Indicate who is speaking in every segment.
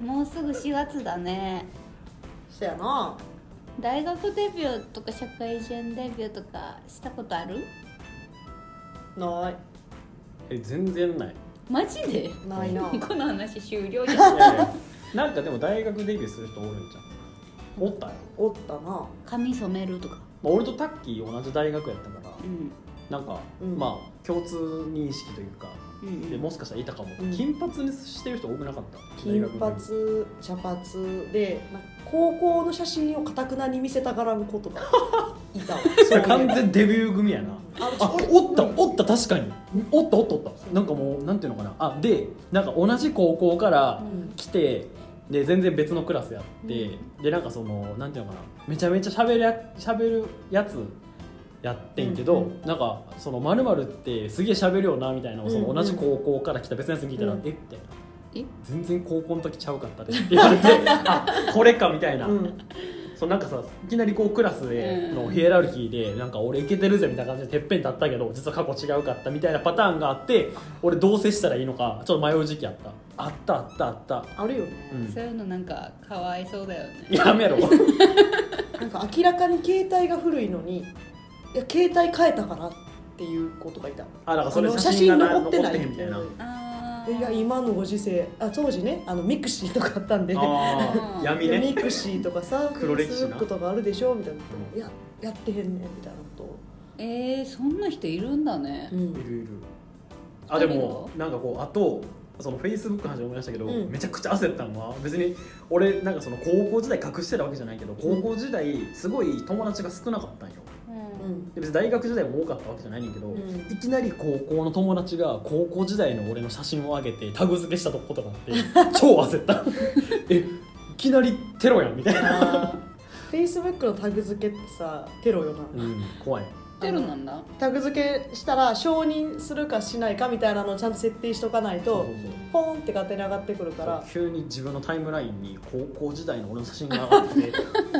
Speaker 1: もうすぐ4月だね
Speaker 2: そやな
Speaker 1: 大学デビューとか社会人デビューとかしたことある
Speaker 2: な
Speaker 3: え全 然ない
Speaker 1: マジで
Speaker 2: いないな
Speaker 1: この話終了じ ゃん
Speaker 3: いやいやなんかでも大学デビューする人おるんじゃんおったよ、
Speaker 2: おったな
Speaker 1: 髪染めるとか
Speaker 3: まあ、俺とタッキー同じ大学やったから
Speaker 1: うん
Speaker 3: なんか、
Speaker 2: うん
Speaker 3: まあ共通認識というか
Speaker 1: うん
Speaker 3: でもしかしたらいたかも、
Speaker 2: うん
Speaker 3: 金髪にしてる人多くなかった
Speaker 2: 金髪茶髪でなんか高校の写真をかたくなに見せたがらむことがいたわ
Speaker 3: それ完
Speaker 2: ういえ
Speaker 3: 全デビュー組やな
Speaker 2: ばあうち
Speaker 3: あおったおった確かにおったおったおったなんかもうなんていうのかなあでなんか同じ高校から
Speaker 2: うん
Speaker 3: 来てで全然別のクラスやって、でなんかそのなんていうのかなめちゃめちゃ喋るや喋るやつやってんけど、
Speaker 2: うん
Speaker 3: なんかそのまるってすげえ喋るよなみたいなのをそ
Speaker 2: うんう
Speaker 3: の
Speaker 2: ん
Speaker 3: 同じ高校から来た別のやつに聞いたら「
Speaker 2: うん
Speaker 3: えみたいな
Speaker 1: え
Speaker 3: 「全然高校の時ちゃうかったで」って言われて 「あこれか」みたいな、
Speaker 2: うん
Speaker 3: そうなんかさいきなりこうクラスでのヒエラルキーで、なんか俺いけてるぜみたいな感じでてっぺん立ったけど実は過去違うかったみたいなパターンがあって俺どう接したらいいのかちょっと迷う時期あったあったあったあった
Speaker 2: あるよね
Speaker 3: うん
Speaker 1: そういうのなんかかわいそうだよね
Speaker 3: や めろ
Speaker 2: なんか明らかに携帯が古いのにいや携帯変えたからっていう子とかいた
Speaker 3: あなんかそれ
Speaker 2: あの
Speaker 3: 写真がな
Speaker 2: 写真残ってない
Speaker 3: みたいな
Speaker 2: うん
Speaker 1: あ
Speaker 2: いや今のご時世あ当時ねあのミクシーとかあったんで
Speaker 3: あ
Speaker 1: う
Speaker 3: あ
Speaker 1: ん
Speaker 3: 闇
Speaker 2: ミ
Speaker 3: ね
Speaker 2: クシーとかさ
Speaker 3: 黒歴史な
Speaker 2: Facebook とかあるでしょみたいな、
Speaker 3: う
Speaker 2: いややってへんねんみたいなこと
Speaker 1: えー、そんな人いるんだね
Speaker 2: う
Speaker 3: いる
Speaker 2: ん
Speaker 3: いるあでもなんかこうあとそのフェイスブックの話で思い出したけど、
Speaker 2: うん
Speaker 3: めちゃくちゃ焦ったのは別に俺なんかその高校時代隠してたわけじゃないけど高校時代すごい友達が少なかったんよ、
Speaker 1: う
Speaker 2: うんん
Speaker 3: で別に大学時代も多かったわけじゃないねんけど、
Speaker 2: うん
Speaker 3: いきなり高校の友達が高校時代の俺の写真を上げてタグ付けしたとことかあって超焦った えいきなりテロやんみたいな、
Speaker 2: フェイスブックのタグ付けってさテロよな、
Speaker 3: うん、怖い
Speaker 1: テロなんだ
Speaker 2: タグ付けしたら承認するかしないかみたいなのをちゃんと設定しとかないとポンって勝手に上がってくるか
Speaker 3: そう
Speaker 2: ら
Speaker 3: 急に自分のタイムラインに高校時代の俺の写真が上が ってて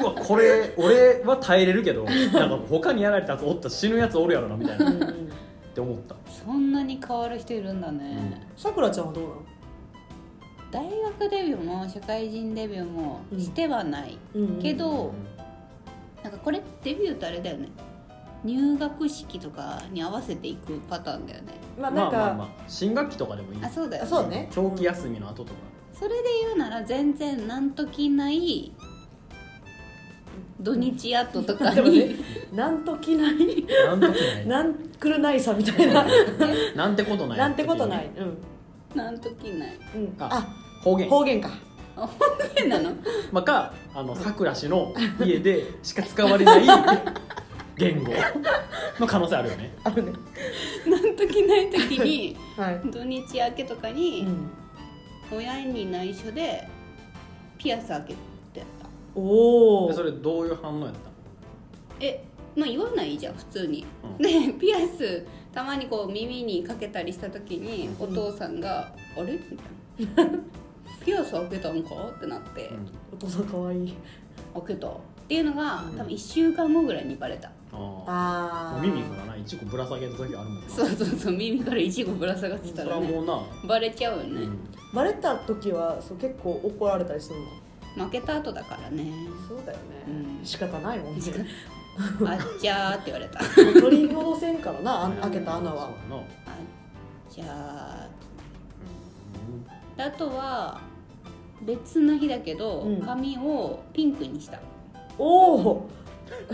Speaker 3: うわこれ俺は耐えれるけどなんか他にやられたやつおったら死ぬやつおるやろなみたいな
Speaker 2: う
Speaker 3: っ
Speaker 2: ん
Speaker 3: て思った
Speaker 1: そんなに変わる人いるんだね、
Speaker 2: さくらちゃんはどうなの
Speaker 1: 大学デビューも社会人デビューもしてはない、
Speaker 2: うん
Speaker 1: けどなんかこれデビューってあれだよね入学式とかに合わせていくパターンだよね
Speaker 2: まあ
Speaker 3: ま
Speaker 2: な
Speaker 3: あ
Speaker 2: ん
Speaker 3: まあ
Speaker 2: か
Speaker 3: まあ新学期とかでもいい
Speaker 1: あそうだよ
Speaker 2: あそうね
Speaker 3: 長期休みの後とか、
Speaker 1: それで言うなら全然なんときない土日やっととか
Speaker 2: でもね
Speaker 1: に、
Speaker 2: なんときない
Speaker 3: なんときない
Speaker 2: なんくるないさみたいな
Speaker 3: なんてことない
Speaker 2: なんてことないうん
Speaker 1: なんときない
Speaker 2: うん
Speaker 3: あ
Speaker 2: あ
Speaker 3: 方言
Speaker 2: 方言か
Speaker 1: 変なの
Speaker 3: まあかあのさくら氏の家でしか使われない言語の可能性あるよね
Speaker 2: あるね
Speaker 1: なんときない時 に
Speaker 2: はい
Speaker 1: 土日明けとか
Speaker 2: う
Speaker 1: に
Speaker 2: ん
Speaker 1: 親に内緒でピアス開けてやった
Speaker 2: おお
Speaker 3: でそれどういう反応やっ
Speaker 1: えまあ言わないじゃん普通に、
Speaker 3: う
Speaker 1: で ピアスたまにこう耳にかけたりした時にお父さんが「あれ?」みたいな 「ピアス開けたんか?」ってなって
Speaker 3: た、の、うん
Speaker 2: お父さんかわいい
Speaker 1: 「開けた」っていうのが
Speaker 3: うん
Speaker 1: 多分1週間後ぐらいにバレた、
Speaker 3: ああ
Speaker 2: あ
Speaker 3: お
Speaker 2: あ
Speaker 3: 耳からな一個ぶら下げた時あるもんな
Speaker 1: そうそうそう耳からイチゴぶら下がって
Speaker 3: そ
Speaker 1: た
Speaker 3: れ
Speaker 1: ら、
Speaker 3: は
Speaker 1: ね、
Speaker 3: もうな、
Speaker 1: バレちゃうよね、
Speaker 3: うん
Speaker 2: バレた時はそう結構怒られたりするの
Speaker 1: 負けた後だからね
Speaker 2: そうだよね
Speaker 1: うん
Speaker 2: 仕方ない もんね
Speaker 1: 時間あっちゃーって言われたあっ
Speaker 2: 取り戻せんからなあん開けた穴は
Speaker 3: そうや
Speaker 1: ち
Speaker 3: な
Speaker 1: ゃーってであとは別の日だけど、
Speaker 2: うん
Speaker 1: 髪をピンクにした
Speaker 2: おお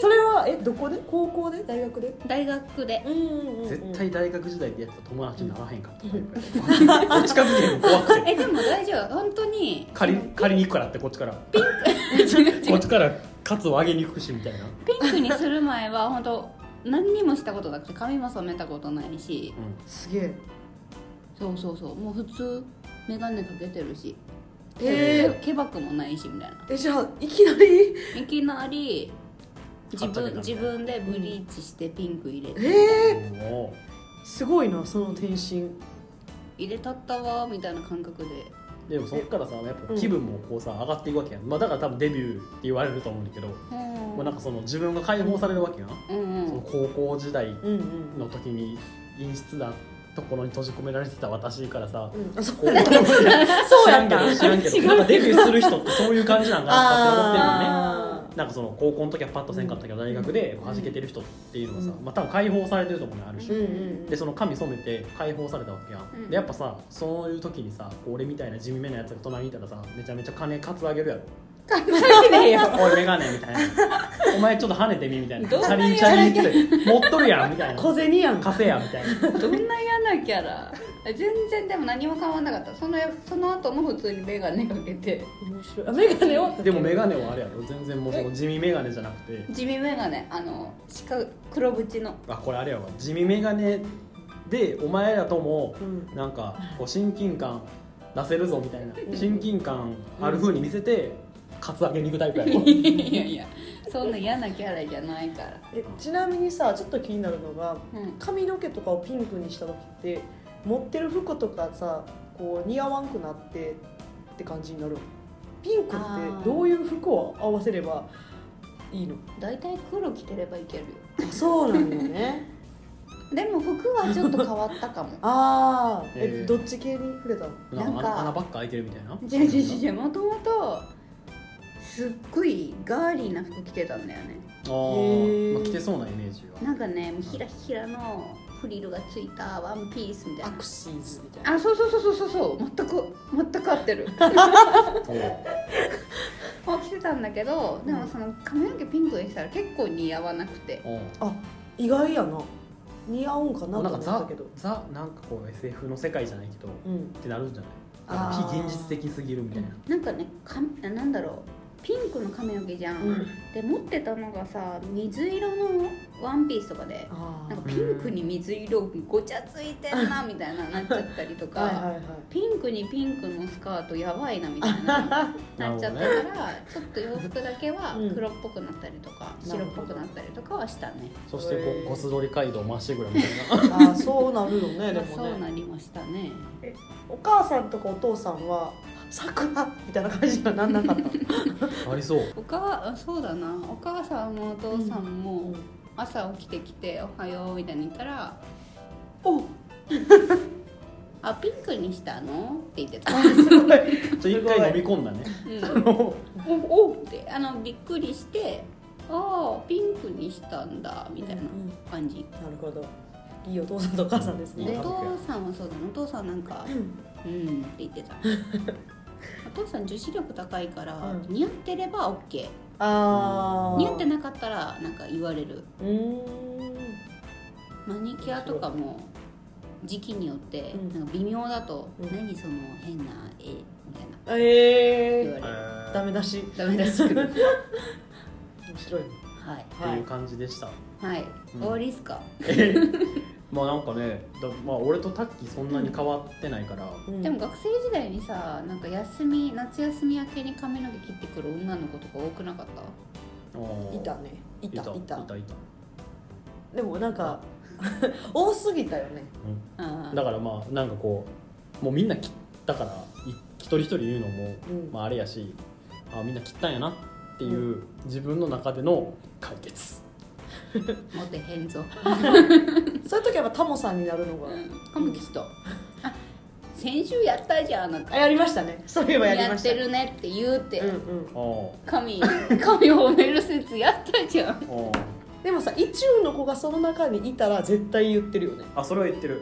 Speaker 2: それはえどこで高校で大学で
Speaker 1: 大学で
Speaker 2: うんうんう
Speaker 3: うん
Speaker 2: うん
Speaker 3: ん絶対大学時代でやってた友達にならへんかった、俺近づけへんの怖く て
Speaker 1: えでも大丈夫本当に
Speaker 3: 借り
Speaker 1: あの
Speaker 3: 借りに行くからってこっちからこ
Speaker 1: 違う違う
Speaker 3: っちからカツを上げに行くしみたいな、うん、
Speaker 1: ピンクにする前は 本当何にもしたことなくて髪も染めたことないし
Speaker 2: すげえ
Speaker 1: そうそうそうもう普通眼鏡かけてるし
Speaker 2: えー
Speaker 1: けばくもないしみたいな
Speaker 2: えじゃあいきなり
Speaker 1: いきなり自
Speaker 3: 買っ
Speaker 1: 分
Speaker 3: ちゃったみた
Speaker 1: 自
Speaker 3: いな
Speaker 1: 分でブリーチしてピンク入れて、
Speaker 2: ええ
Speaker 3: も
Speaker 2: すごいなその転身
Speaker 1: 入れたったわみたいな感覚で
Speaker 3: うでもそっからさやっぱ
Speaker 2: うん
Speaker 3: 気分もこうさ上がっていくわけやん、まあ、だから多分デビューって言われると思うんだけど、も
Speaker 1: うん
Speaker 3: うなんかその自分が解放されるわけやん、
Speaker 1: うんう
Speaker 3: その
Speaker 1: ん
Speaker 3: 高校時代
Speaker 2: うんうん
Speaker 3: の時に陰湿だっところに閉じ込められてた私からさ、
Speaker 2: うん、あ そうやったそうやった
Speaker 3: 知らんけど知らんけどなんかデビューする人ってそういう感じなんだなって思ってるのね
Speaker 2: あ
Speaker 1: あ
Speaker 3: なんかその高校の時はパッとせんかったけど大学で弾けてる人っていうのはさ、
Speaker 2: うん
Speaker 3: まあ、多分解放されてるところもあるし、
Speaker 2: ーうんうん
Speaker 3: でその髪染めて解放されたわけやん、
Speaker 1: うん
Speaker 3: でやっぱさそういう時にさ俺みたいな地味めなやつが隣にいたらさめちゃめちゃ金カツあげるやろ
Speaker 1: ねえよ
Speaker 3: おいメガネみたいな お前ちょっと跳ねてみみたいなチ
Speaker 1: どんな
Speaker 3: ャリンチャリンって持っとるやんみたいな
Speaker 2: 小銭やんか
Speaker 3: 稼やみたいな
Speaker 1: どんな嫌なキャラ全然でも何も変わんなかったそのその後も普通に眼鏡かけて
Speaker 2: 面白いあメガネを
Speaker 3: でもメガネはあれやろ全然もうその地味メガネじゃなくて
Speaker 1: 地味眼鏡あの四角黒縁の
Speaker 3: あこれあれやわ地味メガネでお前らとも
Speaker 2: うん
Speaker 3: なんかこう親近感出せるぞみたいな
Speaker 2: うん
Speaker 3: 親近感ある風に見せてカツアゲに行くタイプやろ
Speaker 1: いやいやそんな嫌なキャラじゃないから
Speaker 2: えちなみにさちょっと気になるのが
Speaker 1: うん
Speaker 2: 髪の毛とかをピンクにした時って持ってる服とかさこう似合わんくなってって感じになるピンクってどういう服を合わせればいいの
Speaker 1: 大体黒着てればいけるよ
Speaker 2: そうなんよね
Speaker 1: でも服はちょっと変わったかも
Speaker 2: ああえ、
Speaker 3: えー
Speaker 2: どっち系に触れたの
Speaker 3: なん
Speaker 1: なん
Speaker 3: か
Speaker 1: か
Speaker 3: 穴ばっか開いてるみたいな
Speaker 1: じゃじゃじゃもともとすっごいガーリーな服着てたんだよね
Speaker 3: あー、
Speaker 2: へー
Speaker 3: まあ、着てそうなイメージは
Speaker 1: なんかねもうひらひらのフリルがついたワンピースみたい
Speaker 2: ア
Speaker 1: な
Speaker 2: クシーズみたいな
Speaker 1: あそうそうそうそうそうそう全く全く合ってるを着てたんだけどでもその髪の毛ピンクにしたら結構似合わなくて
Speaker 3: おう
Speaker 2: 意外やな似合うんかな
Speaker 3: お
Speaker 2: と
Speaker 3: うなん
Speaker 2: 思
Speaker 3: か
Speaker 2: った
Speaker 3: ザ
Speaker 2: けど
Speaker 3: ザなんかこう SF の世界じゃないけどっ
Speaker 2: うん
Speaker 3: てなるんじゃない
Speaker 1: あ
Speaker 2: ー
Speaker 3: 非現実的すぎるみたいな
Speaker 1: なんかねかなんだろうピンクの髪の毛じゃん、
Speaker 2: うん
Speaker 1: で持ってたのがさ水色のワンピースとかで
Speaker 2: あ
Speaker 1: なんかピンクに水色ごちゃついてんなみたいななっちゃったりと
Speaker 2: あ
Speaker 1: か
Speaker 2: はいはいはい
Speaker 1: ピンクにピンクのスカートやばいなみたい ななっちゃったから、ちょっと洋服だけは
Speaker 2: うん
Speaker 1: 黒っぽくなったりとか、
Speaker 2: な
Speaker 1: 白
Speaker 2: る
Speaker 1: っ
Speaker 2: ほ
Speaker 1: ぽ
Speaker 2: ど
Speaker 1: くなったりとかはしたね
Speaker 3: そしてこ
Speaker 2: へ
Speaker 3: う
Speaker 2: ー
Speaker 3: ゴスドリ街道まっしぐらみた いな
Speaker 2: ああそうなるよ ねで
Speaker 1: まあ
Speaker 2: も
Speaker 1: そう
Speaker 2: ね
Speaker 1: なりましたね
Speaker 2: お母さんとかお父さんは「さくら」みたいな感じにはなんな かったの
Speaker 3: ありそう
Speaker 1: お母あそうだなお母さんもお父さんも、
Speaker 2: うん
Speaker 1: 朝起きてきて「おはよう」みたいに言ったら「お あピンクにしたの?」って言ってた、うん、
Speaker 3: ちょ一回飲み込んだ ね
Speaker 1: おおってあのびっくりして「ああピンクにしたんだ」みたいな
Speaker 2: うん
Speaker 1: 感じ、
Speaker 2: なるほどいいお父さんとお母さんです
Speaker 3: うん
Speaker 1: で
Speaker 2: ね
Speaker 1: お父さんはそうだなお父さんなんか「うん」って言ってたお父さん女子力高いから、
Speaker 2: うん
Speaker 1: 似合ってれば OK
Speaker 2: ああ
Speaker 1: 似合ってなかったらなんか言われる
Speaker 2: うーん
Speaker 1: マニキュアとかも時期によって
Speaker 2: うん
Speaker 1: なんか微妙だと
Speaker 2: う
Speaker 1: 「
Speaker 2: ん
Speaker 1: 何その変な絵」みたいな
Speaker 2: え
Speaker 1: 言われる
Speaker 2: えー、ダメ出し
Speaker 1: ダメ出 しくる
Speaker 2: 面白いね
Speaker 1: はい
Speaker 3: って
Speaker 2: は
Speaker 3: いう
Speaker 2: い
Speaker 3: 感じでした、
Speaker 1: はい、
Speaker 3: うん
Speaker 1: 終わりっすか
Speaker 3: えまあなんかねだ、まあ、俺とタッキーそんなに変わってないから、
Speaker 2: うん
Speaker 1: でも学生時代にさなんか休み夏休み明けに髪の毛切ってくる女の子とか多くなかった
Speaker 3: あー
Speaker 2: いたねい
Speaker 3: い
Speaker 2: た
Speaker 3: た
Speaker 2: い
Speaker 3: い
Speaker 2: た
Speaker 3: たい
Speaker 2: でもなんか 多すぎたよね
Speaker 1: あ
Speaker 3: た
Speaker 1: ー
Speaker 3: だからまあなんかこうもうみんな切ったからい一人一人言うのも、
Speaker 2: うん
Speaker 3: まあ、あれやしあみんな切ったんやなっていう自分の中での解決
Speaker 1: モテへ んぞ
Speaker 2: そういう時はやっぱタモさんになるのが
Speaker 1: カムキストあ先週やったじゃんあなた
Speaker 2: あやりましたねそういえばやり
Speaker 1: や
Speaker 2: ま
Speaker 1: っ
Speaker 2: した
Speaker 1: てるねって言うて、
Speaker 2: うんうん
Speaker 3: ああ
Speaker 1: 神神を褒める説やったじゃん
Speaker 2: でもさ一中の子がその中にいたら絶対言ってるよね
Speaker 3: あそれは言ってる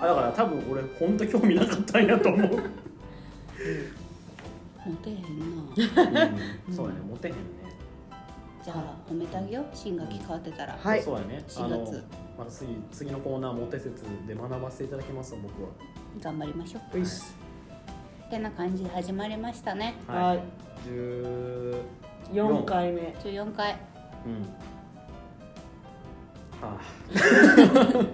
Speaker 3: あだから多分俺ほんと興味なかったんやと思う、
Speaker 1: モテへんな
Speaker 3: そうやねモテへんね
Speaker 1: じゃあ褒めてあげよう新学期変わってたら
Speaker 2: はい
Speaker 3: そうやね
Speaker 1: 4
Speaker 3: あの
Speaker 1: 月
Speaker 3: また次次のコーナーモテ説で学ばせていただきますわ僕は
Speaker 1: 頑張りましょ
Speaker 2: ういっす
Speaker 1: うてな感じで始まりましたね
Speaker 2: はい
Speaker 3: 十
Speaker 2: 4回目
Speaker 1: 14回
Speaker 3: うんあ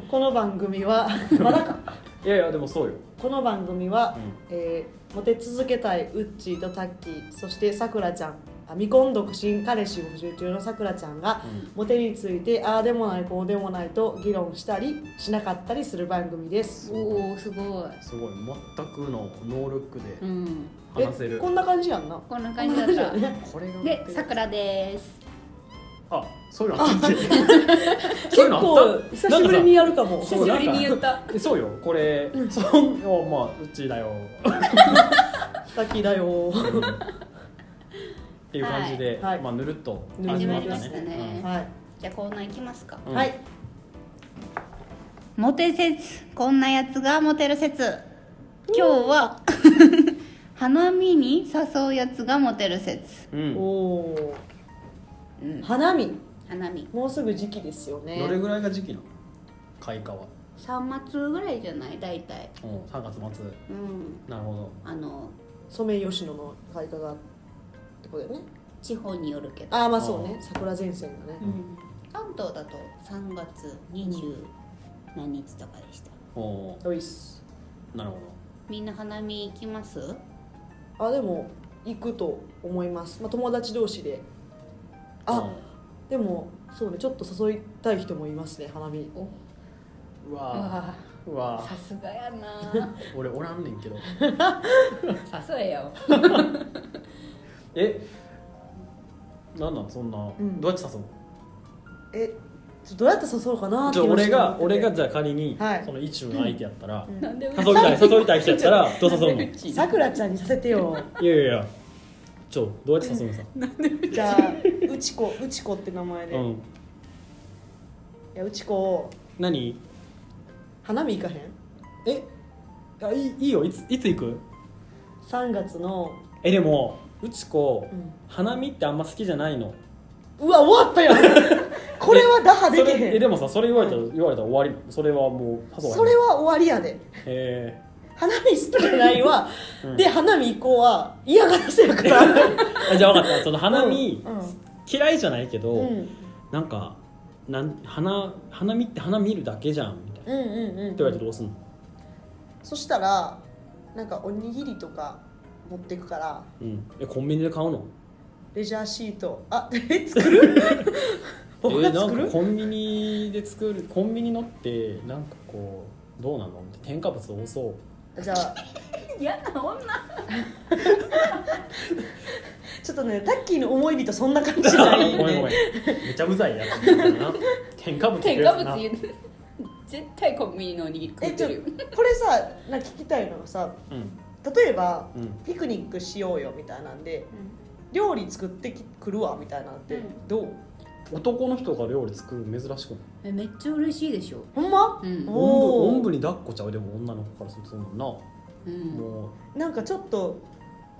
Speaker 2: この番組 はまだか
Speaker 3: いやいやでもそうよ、
Speaker 2: この番組は、えーモテ続けたいウッチーとタッキーそしてさくらちゃんあ未婚独身彼氏募集中のさくらちゃんがモテについてああでもないこうでもないと議論したりしなかったりする番組です。
Speaker 1: おおすごい
Speaker 3: すごい全くのノールックで
Speaker 1: うん
Speaker 3: 話せる、
Speaker 2: こんな感じやんな。
Speaker 1: こんな感じだった
Speaker 2: こんな感じだね
Speaker 3: これが
Speaker 1: でさくらです
Speaker 3: あそういうのあったっけ そういうのあった
Speaker 2: 結構久しぶりにやるかも
Speaker 3: なんか
Speaker 1: 久
Speaker 3: さそう
Speaker 1: しぶりに言った
Speaker 3: えそうよこれ、そうまあうちだよ
Speaker 2: さっきだよ
Speaker 3: うんっていう感じで、
Speaker 2: はい
Speaker 3: まあぬるっと
Speaker 1: 始
Speaker 3: 始
Speaker 1: ま
Speaker 3: ま
Speaker 1: り
Speaker 3: っ
Speaker 1: ま
Speaker 3: た
Speaker 1: した
Speaker 3: ね。
Speaker 1: ね、
Speaker 2: はい、
Speaker 1: じゃあコーナーいきますか、
Speaker 3: うん
Speaker 2: はい、
Speaker 1: モテ説こんなやつがモテる説今日 は花見に誘うやつがモテる説、
Speaker 3: うん
Speaker 2: お
Speaker 3: ど
Speaker 2: お
Speaker 1: うん、
Speaker 2: 花見
Speaker 1: 花見
Speaker 2: もうすぐ時期ですよね
Speaker 3: れぐらいが時期なの開花は、
Speaker 1: 3月ぐらいじゃない大体
Speaker 3: うん、3月末
Speaker 1: うん
Speaker 3: なるほど
Speaker 1: あの
Speaker 2: ソメイヨシノの開花がってことだよね
Speaker 1: 地方によるけど、
Speaker 2: ああまあそうね桜前線がね
Speaker 1: う、ん、関東だと3月20何日とかでした
Speaker 3: お
Speaker 2: おいっす
Speaker 3: ーなるほ
Speaker 1: みんな花見行きます
Speaker 2: あでも行くと思います、まあ、友達同士で
Speaker 3: ど
Speaker 2: あでもそうねちょっと誘いたい人もいますね花見
Speaker 1: お
Speaker 3: うんうわーうわ
Speaker 1: さすがやな
Speaker 3: ー俺おらんねんけど
Speaker 1: 誘えよ
Speaker 3: えなんなんそんな、
Speaker 2: うん
Speaker 3: どうやって誘うの
Speaker 2: えちょどうやって誘おうかなって
Speaker 3: じゃあ俺が
Speaker 2: 今
Speaker 3: 俺が
Speaker 2: ち
Speaker 3: じゃあ仮に、
Speaker 2: はい
Speaker 3: その一中の相手やった
Speaker 2: ょ
Speaker 3: ら、
Speaker 2: っと思ってて
Speaker 1: なんでうち
Speaker 3: 誘いたい誘いたい人やったらどう誘うのい
Speaker 2: うんさくらちゃんにさせてよ
Speaker 3: やいやいやちょどうやって誘うのさ、
Speaker 2: じゃあうちこうちこって名前で、
Speaker 3: う
Speaker 2: い
Speaker 3: ん、
Speaker 2: やうちこ
Speaker 3: 何
Speaker 2: 花見行かへん
Speaker 3: えあいいいいよいついつ行く
Speaker 2: 3月の、
Speaker 3: えでもうちこ
Speaker 2: うん
Speaker 3: 花見ってあんま好きじゃないの
Speaker 2: うわ終わったやん これは打破で
Speaker 3: そ
Speaker 2: き
Speaker 3: れ
Speaker 2: へ
Speaker 3: え
Speaker 2: ん
Speaker 3: でもさそれ言われたら、言われたら終わりなのそれはもう
Speaker 2: そ
Speaker 3: 誘わ
Speaker 2: れ
Speaker 3: へん
Speaker 2: は終わりやで
Speaker 3: へ
Speaker 2: 花見好きじゃないわ、
Speaker 3: え、うん
Speaker 2: で花見行こうは嫌がらせやから
Speaker 3: あじゃあ分かったその花見、
Speaker 2: うん
Speaker 3: 嫌いじゃないけど、
Speaker 2: うんうん
Speaker 3: なんかなん花花見って花見るだけじゃんみたいなっ
Speaker 2: うん
Speaker 3: て
Speaker 2: うんうん
Speaker 3: 言われてどうすんの、
Speaker 2: そしたらなんかおにぎりとか持ってくから
Speaker 3: うん、えコンビニで買うの
Speaker 2: レジャーシートあえ作 る僕
Speaker 3: え
Speaker 2: が
Speaker 3: な
Speaker 2: 作
Speaker 3: ん
Speaker 2: る、
Speaker 3: かコンビニで作るコンビニのってなんかこうどうなのって添加物多そう
Speaker 2: じゃあ
Speaker 1: 嫌な女
Speaker 2: ちょっとねタッキーの思い人そんな感じないん
Speaker 3: ごめんご
Speaker 2: で
Speaker 3: めんめちゃうざいやつだな添加物って
Speaker 1: 添
Speaker 3: や
Speaker 1: 加
Speaker 3: つ
Speaker 1: 物
Speaker 3: な
Speaker 1: 言う絶対コンビニのおにぎり食
Speaker 2: え
Speaker 1: っ
Speaker 2: ち
Speaker 1: て
Speaker 2: ょ
Speaker 1: るよ
Speaker 2: これさなんか聞きたいのがさ
Speaker 3: うん
Speaker 2: 例えば
Speaker 3: うん
Speaker 2: ピクニックしようよみたいなんで料理作ってきくるわみたいなんて、
Speaker 1: うん
Speaker 2: どう
Speaker 3: 男の人が料理作るの珍しくない
Speaker 1: えめっちゃ嬉しいでしょ
Speaker 2: ほんま
Speaker 1: うん
Speaker 2: おー
Speaker 3: おんぶおんぶに抱っこちゃうでも女の子からするとそうなんなも
Speaker 1: うん
Speaker 2: なんかちょっと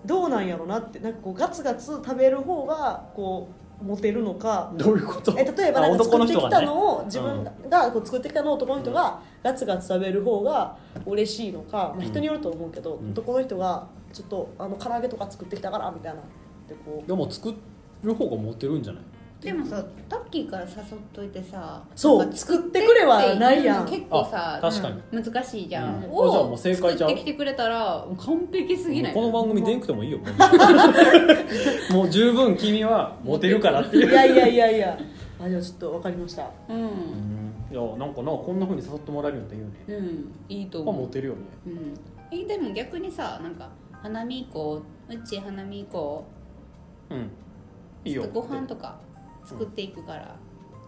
Speaker 2: どうなんやろなってなんかこうガツガツ食べる方がこうモテるのか
Speaker 3: うどういうこと
Speaker 2: え例えば
Speaker 3: あ
Speaker 2: なんか
Speaker 3: 男
Speaker 2: 作
Speaker 3: の
Speaker 2: って
Speaker 3: 人
Speaker 2: き
Speaker 3: が
Speaker 2: た
Speaker 3: ね
Speaker 2: のを自分がこう作ってきたのを男の人がガツガツ食べる方が嬉しいのか、まあ、人によると思うけど、
Speaker 3: うん
Speaker 2: 男の人がちょっとあの唐揚げとか作ってきたからみたいなでこう
Speaker 3: でも作る方がモテるんじゃない
Speaker 1: でもさタッキーから誘っといてさ
Speaker 2: そ
Speaker 1: なん
Speaker 2: う
Speaker 1: か
Speaker 2: 作ってくれはないやん
Speaker 1: 結構さ
Speaker 3: あ確かに
Speaker 1: 難しいじゃん、
Speaker 3: うん
Speaker 1: を
Speaker 3: あじゃあもう正解ちゃう
Speaker 1: 作ってきてくれたら完璧すぎない
Speaker 3: この番組出んくて もいいよもう十分君はモテるからって
Speaker 2: い
Speaker 3: いう
Speaker 2: やいやいやいやあじゃあちょっと分かりました
Speaker 1: うん、
Speaker 3: いやなんかなこんなふうに誘ってもらえるのっていいよね
Speaker 1: うん、いいと
Speaker 3: まあ
Speaker 1: 思
Speaker 3: モ
Speaker 1: う、
Speaker 3: テるよね
Speaker 1: うん、えでも逆にさなんか花見行こううち花見行こ
Speaker 3: うんいいよ
Speaker 1: うご飯とか作っていくから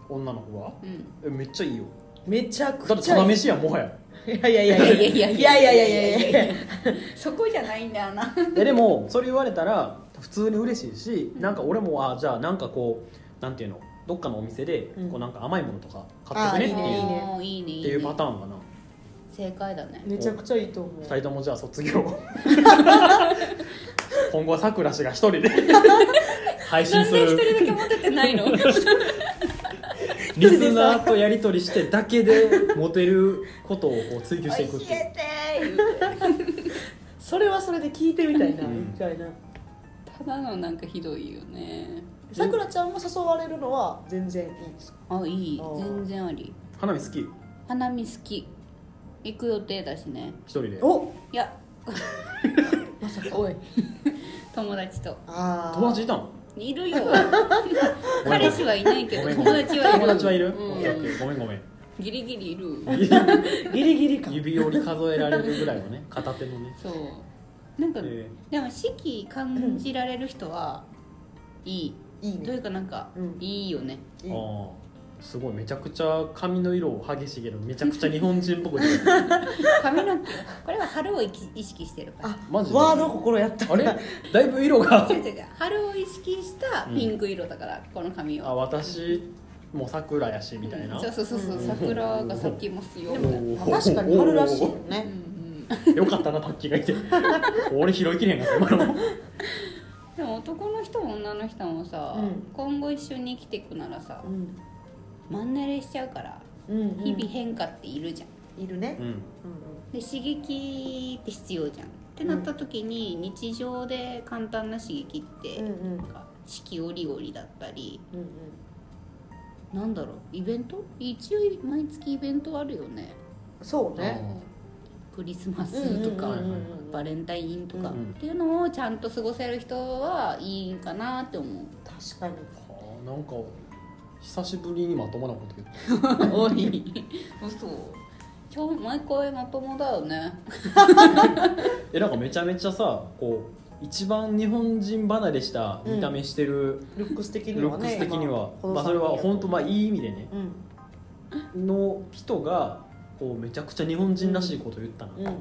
Speaker 3: 女の子は
Speaker 1: うん
Speaker 3: えめっちゃいいよ
Speaker 2: めちゃく
Speaker 3: だって
Speaker 2: ちゃ
Speaker 3: ただ
Speaker 2: いい
Speaker 3: 飯やんもはや
Speaker 2: やいやいやいやいやいやいやいやいやいや
Speaker 1: そこじゃないんだよな
Speaker 3: えでもそれ言われたら普通に嬉しいし、なんか俺もあじゃあなんかこうなんていうのどっかのお店で、
Speaker 2: うん
Speaker 3: こうなんか甘いものとか買ってくねって
Speaker 2: あ
Speaker 3: いう
Speaker 2: いいね
Speaker 1: あー いいねいいね
Speaker 3: っていうパターンかな
Speaker 1: 正解だね
Speaker 2: めちゃくちゃいいと思
Speaker 3: 二
Speaker 2: う
Speaker 3: 人ともじゃあ卒業 今後はさくら氏が一 人で配信
Speaker 1: なん
Speaker 3: す
Speaker 1: で一人だ
Speaker 3: る
Speaker 1: けモテて ないの
Speaker 3: リスナーとやり取りしてだけでモテることをこう追求していくっていう
Speaker 1: て
Speaker 2: それはそれで聞いてみたいな
Speaker 3: うん
Speaker 2: みたいな
Speaker 1: ただのなんかひどいよね
Speaker 2: さくらちゃんも誘われるのは全然いいですか
Speaker 1: あいい
Speaker 2: あー
Speaker 1: 全然あり
Speaker 3: 花見好き一
Speaker 1: 花見好き行く予定だしね
Speaker 3: 人で
Speaker 2: お
Speaker 1: いや
Speaker 2: まさか
Speaker 1: おい友達と
Speaker 2: あー
Speaker 3: 友 達いたの
Speaker 1: いるよ
Speaker 3: ごめん
Speaker 1: 彼氏はいないけ
Speaker 3: ご
Speaker 1: ど
Speaker 3: めんご
Speaker 1: 友
Speaker 3: めん
Speaker 1: 達はいる
Speaker 3: 友達はいる、
Speaker 1: うん
Speaker 3: オッケーオッケーごめんごめん
Speaker 1: ギリギリいる
Speaker 2: ギリギリか
Speaker 3: 指折り数えられるぐらいのね片手のね、
Speaker 1: そうなんか、
Speaker 3: え
Speaker 1: でも四季感じられる人はいい、
Speaker 3: ー
Speaker 2: いい
Speaker 1: とい
Speaker 2: ね
Speaker 1: うかなんか、
Speaker 2: うん
Speaker 1: いいよね
Speaker 2: いいね
Speaker 3: ああすごいめちゃくちゃ髪の色を激しげのめちゃくちゃ日本人っぽく て
Speaker 1: 髪の毛これは春を意識意識してるから
Speaker 2: あ
Speaker 3: マジで
Speaker 2: ワード心やった
Speaker 3: あれだいぶ色が
Speaker 1: 違う違う違う春を意識したピンク色だから、この髪
Speaker 3: あ
Speaker 1: は
Speaker 3: 私も桜やしみたいな、
Speaker 1: そうそうそうそう桜が咲きますよみたいな、うん
Speaker 3: おー
Speaker 2: 確かに春らしいよね
Speaker 1: うん、
Speaker 3: よかったなタッキーがいて俺拾いきれへんかった今の
Speaker 1: でも男の人も女の人もさ、
Speaker 2: うん
Speaker 1: 今後一緒に生きていくならさ
Speaker 2: うん
Speaker 1: マンネリしちゃうから
Speaker 2: うんうん
Speaker 1: 日々変化っているじゃん、
Speaker 2: いるね
Speaker 3: うん
Speaker 2: う
Speaker 1: で刺激って必要じゃんってなった時に日常で簡単な刺激って、
Speaker 2: んうんうん
Speaker 1: なんか四季折々だったり
Speaker 2: うんうん
Speaker 1: なんだろうイベント一応毎月イベントあるよね
Speaker 2: そうね
Speaker 1: クリスマスとか、
Speaker 2: うんうんうんうん
Speaker 1: バレンタインとか、
Speaker 3: うんうん
Speaker 1: っていうのをちゃんと過ごせる人はいいかなって思う
Speaker 2: 確かに
Speaker 3: はあなんか久しぶりにまともなこと言った
Speaker 1: おい嘘今日毎回まともだよね
Speaker 3: えなんかめちゃめちゃさこう一番日本人離れした見た目してる、
Speaker 2: ルックス的に
Speaker 3: ルッ
Speaker 2: は
Speaker 3: クス
Speaker 2: ね
Speaker 3: 的には、
Speaker 2: 今
Speaker 3: まあ、それは本当まあ
Speaker 2: い
Speaker 3: いい意味でね
Speaker 2: うん
Speaker 3: の人がこうめちゃくちゃ日本人らしいこと言ったな、
Speaker 2: うんうん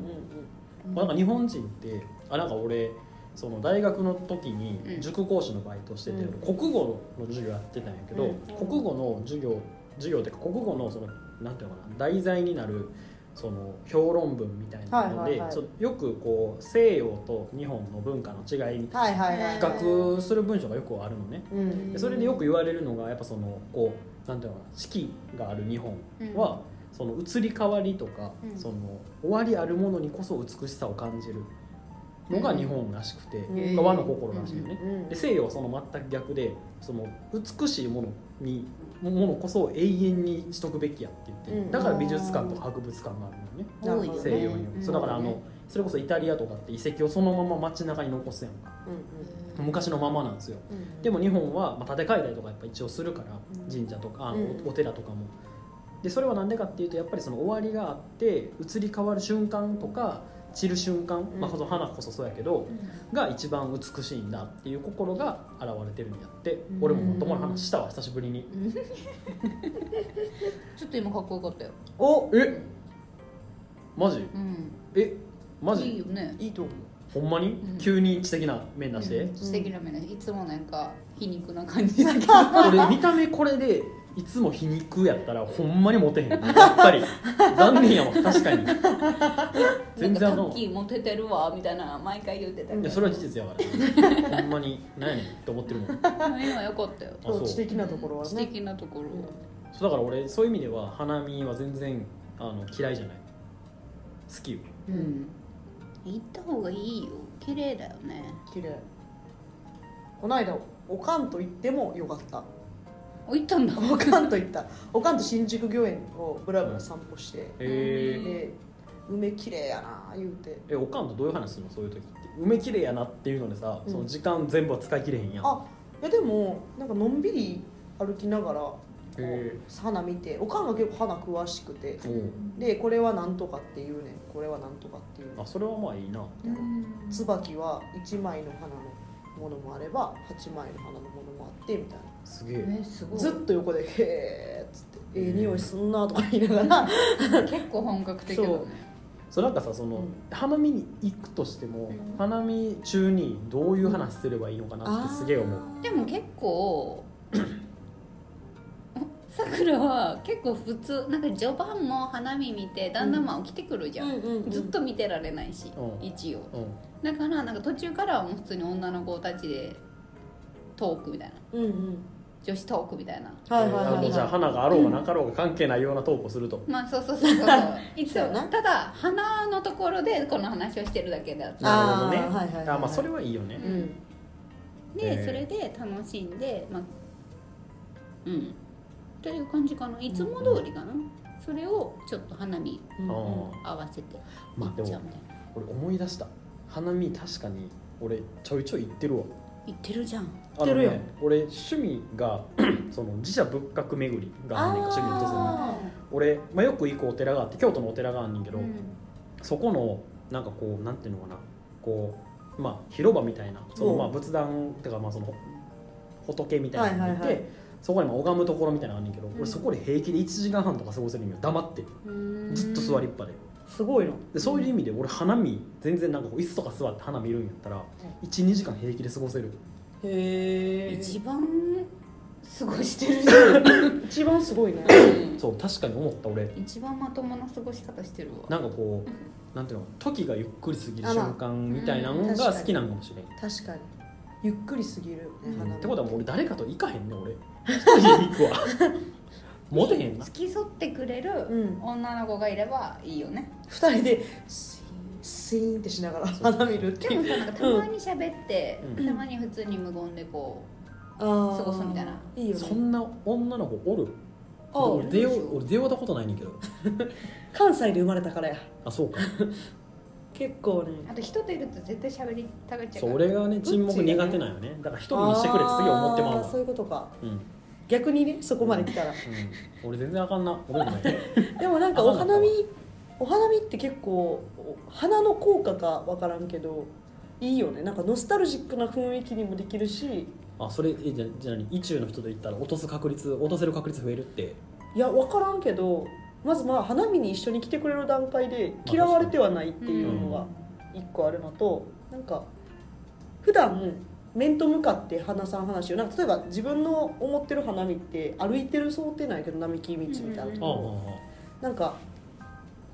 Speaker 3: まあ、なんか日本人ってあなんか俺その大学の時
Speaker 1: う
Speaker 3: に
Speaker 1: ん
Speaker 3: 塾講師のバイトしてて、
Speaker 2: うん
Speaker 3: 国語の授業やってたんやけど、
Speaker 2: うん
Speaker 3: 国語の授業授業っていうか国語のそのなんていうのかな題材になるその評論文みたいなの
Speaker 2: はい
Speaker 3: で、
Speaker 2: はいはい
Speaker 3: ちょよくこう西洋と日本の文化の違いに
Speaker 2: うんはいはいはい
Speaker 1: 比
Speaker 3: 比較する文章がよくあるのね。
Speaker 2: うん
Speaker 3: でそれでよく言われるのがやっぱそのこうなんていうのかな四季がある日本は、その移り変わりとか、
Speaker 1: うん
Speaker 3: その終わりあるものにこそ美しさを感じるのが日本らしくて、
Speaker 2: うん
Speaker 3: 和の心らしいよね、
Speaker 2: うん
Speaker 3: で西洋はその全く逆でその美しいものにものこそ永遠にしとくべきやって言って、
Speaker 2: うん
Speaker 3: だから美術館とか博物館がある
Speaker 1: 多
Speaker 3: のね、
Speaker 1: いよね
Speaker 3: 西洋には、
Speaker 1: うん
Speaker 3: そうだからあの、
Speaker 2: うん
Speaker 3: それこそイタリアとかって遺跡をそのまま街中に残すやんか
Speaker 2: うん
Speaker 3: 昔のままなんですよ
Speaker 2: うんうん
Speaker 3: でも日本は、まあ、建て替えたりとかやっぱ一応するから
Speaker 2: うん
Speaker 3: 神社とかあの
Speaker 2: うん
Speaker 3: おお寺とかも。でそれは何でかっていうとやっぱりその終わりがあって移り変わる瞬間とか散る瞬間、
Speaker 2: ん
Speaker 3: まあ、その花こそそうやけど、が一番美しいんだっていう心が現れてるんやって、
Speaker 1: うん
Speaker 3: 俺もまともな話したわ久しぶりに。
Speaker 1: ちょっと今かっこよかったよ、
Speaker 3: おえマジ
Speaker 1: うん、
Speaker 3: えマジ
Speaker 1: いいよね
Speaker 2: いいと思う
Speaker 3: ほんまに、
Speaker 1: うん
Speaker 3: 急に知的な面出して、
Speaker 1: うん素敵な目ねいつもなんか皮肉な感じだけど
Speaker 3: 俺見た目これでいつも皮肉やったらほんまにモ テへんやっぱり残念やわ確かに 全然
Speaker 1: な
Speaker 3: あ
Speaker 1: んかタ
Speaker 3: の
Speaker 1: ッキーモテてるわみたいな毎回言ってたけ
Speaker 3: い
Speaker 1: ど
Speaker 3: やそれは事実やからほんまに何やねんって思ってるもんあ
Speaker 1: 今良かったよ
Speaker 3: そう
Speaker 2: 知
Speaker 3: そう
Speaker 2: 的なところはね
Speaker 1: 素敵なところは
Speaker 3: だから俺そういう意味では花見は全然あの嫌いじゃない好きよ
Speaker 1: うん、行った方がいいよ綺麗だよね
Speaker 2: 綺麗この間おかんと行ってもよか った
Speaker 1: お行ったんだ
Speaker 2: おかんと行ったおかんと新宿御苑をぶらぶら散歩して、
Speaker 3: へー
Speaker 2: で梅綺麗やな言うて
Speaker 3: えおかんとどういう話するのそういう時って梅綺麗やなっていうのでさ、
Speaker 2: うん
Speaker 3: その時間全部は使い切れへんやん
Speaker 2: あえでもなんかのんびり歩きながらこう
Speaker 3: へ
Speaker 2: 花見ておかんが結構花詳しくて
Speaker 3: おう
Speaker 2: でこれはなんとかって言うねんこれはなんとかっていうね
Speaker 3: あそれはまあいいな
Speaker 2: ん椿は1枚の花のものもあれば8枚の花のものもあってみたいな
Speaker 3: すげえ
Speaker 1: えすごい
Speaker 2: ずっと横で「へえ」っつって「ええ匂いすんな」とか言いながら
Speaker 1: 結構本格的だ
Speaker 2: そ
Speaker 1: ね
Speaker 2: う
Speaker 3: そうなんかさその、
Speaker 2: うん
Speaker 3: 花見に行くとしても、
Speaker 1: うん
Speaker 3: 花見中にどういう話すればいいのかなってすげえ思う、
Speaker 1: でも結構 さくらは結構普通なんか序盤も花見見てだんだんまあ起きてくるじゃん、ずっと見てられないし、
Speaker 3: うん
Speaker 1: 一応
Speaker 3: うん
Speaker 1: だからなんか途中からはもう普通に女の子たちでトークみたいな
Speaker 2: うんうん
Speaker 1: 女子トークみたいな
Speaker 2: はいはい
Speaker 3: あ
Speaker 2: はい、は
Speaker 3: の
Speaker 2: い、
Speaker 3: じゃあ花があろうがなかろうが関係ないような投稿すると、
Speaker 1: まあそうそうそうそう いつ
Speaker 2: そう
Speaker 1: も
Speaker 2: やな
Speaker 1: ただ花のところでこの話をしてるだけだった
Speaker 3: なるほどね
Speaker 2: あーはいはいはいはい
Speaker 3: あまあそれはいいよね、
Speaker 2: うん
Speaker 1: で、
Speaker 3: へー
Speaker 1: それで楽しんでまあうんという感じかないつも通りかな、それをちょっと花に
Speaker 2: うん
Speaker 3: あ
Speaker 2: うん
Speaker 3: ー
Speaker 1: 合わせていっ
Speaker 3: まあで
Speaker 1: ちゃう
Speaker 3: も
Speaker 1: みたいな
Speaker 3: 俺思い出した花見確かに俺ちょいちょい行ってるわ
Speaker 1: 言ってるじゃん
Speaker 3: あ
Speaker 2: 行っ
Speaker 3: の
Speaker 2: てるよ
Speaker 3: ね俺趣味が その寺社仏閣巡りがあんねんか趣味の一つに
Speaker 2: あ
Speaker 3: 俺、まあ、よく行くお寺があって京都のお寺があんねんけど、
Speaker 1: うん
Speaker 3: そこのなんかこうなんていうのかなこうまあ広場みたいなその
Speaker 2: うん
Speaker 3: まあ仏壇っていうかまあその仏みたいなのがいて、
Speaker 2: はいはいはい
Speaker 3: そこにまあ拝むところみたいなのあんねんけど、俺そこで平気で1時間半とか過ごせるんよ黙ってずっと座りっぱで。
Speaker 2: すごいな
Speaker 3: でそういう意味で俺花見全然なんかこう椅子とか座って花見るんやったら12時間平気で過ごせる
Speaker 2: へえ
Speaker 1: 一番過ごしてるじ
Speaker 2: 一番すごいね
Speaker 1: ゃん
Speaker 3: そう確かに思った俺
Speaker 1: 一番まともな過ごし方してるわ
Speaker 3: なんかこうなんていうの時がゆっくり過ぎる
Speaker 2: あまあ
Speaker 3: 瞬間みたいなの
Speaker 2: うん
Speaker 3: が
Speaker 2: 確かに
Speaker 3: 好きなんかもしれん、
Speaker 2: 確かにゆっくりすぎるよね
Speaker 3: うん
Speaker 2: 花
Speaker 3: っ
Speaker 2: 見
Speaker 3: てことはもう俺誰かと行かへんね 俺一人で行くわモテへんな
Speaker 1: 付き添ってくれ
Speaker 2: う
Speaker 1: る
Speaker 2: ん
Speaker 1: 女の子がいればいいよね
Speaker 2: 二人でスイーンスイーンってしながら
Speaker 3: そう
Speaker 2: 花見るって
Speaker 1: でもさなんかたまに喋って、
Speaker 3: うん
Speaker 1: たまに普通に無言でこ
Speaker 2: 過
Speaker 1: 過ごすみたいない
Speaker 2: いよね
Speaker 3: そんな女の子おる
Speaker 2: あ
Speaker 3: 俺出よ
Speaker 1: いるでしょ
Speaker 3: 俺出会ったことないねんけど
Speaker 2: 関西で生まれたからや
Speaker 3: あそうか
Speaker 2: 結構
Speaker 1: う
Speaker 2: ね
Speaker 1: あと人といると絶対喋りたがっちゃう
Speaker 3: そう俺がね沈黙苦手なんよねだから一人にしてくれってすげえ思ってまう
Speaker 2: あー
Speaker 3: わ
Speaker 2: そういうことか
Speaker 3: うん、うん、
Speaker 2: 逆にねそこまで来たら
Speaker 3: 俺全然あかんなごめんごめん
Speaker 2: でもなんかお花見お花見って結構お花の効果か分からんけどいいよねなんかノスタルジックな雰囲気にもできるし
Speaker 3: あそれえじゃじゃあ何意中の人と言ったら落とす確率落とせる確率増えるって
Speaker 2: いや分からんけどまずまあ花見に一緒に来てくれる段階で
Speaker 3: あ
Speaker 2: 嫌われてはないっていうのが一個あるのとなんか普段面と向かって花さん話をなんか例えば自分の思ってる花見って歩いてる想定なんやけど並木道みたいなと
Speaker 3: ああああ
Speaker 2: こなんか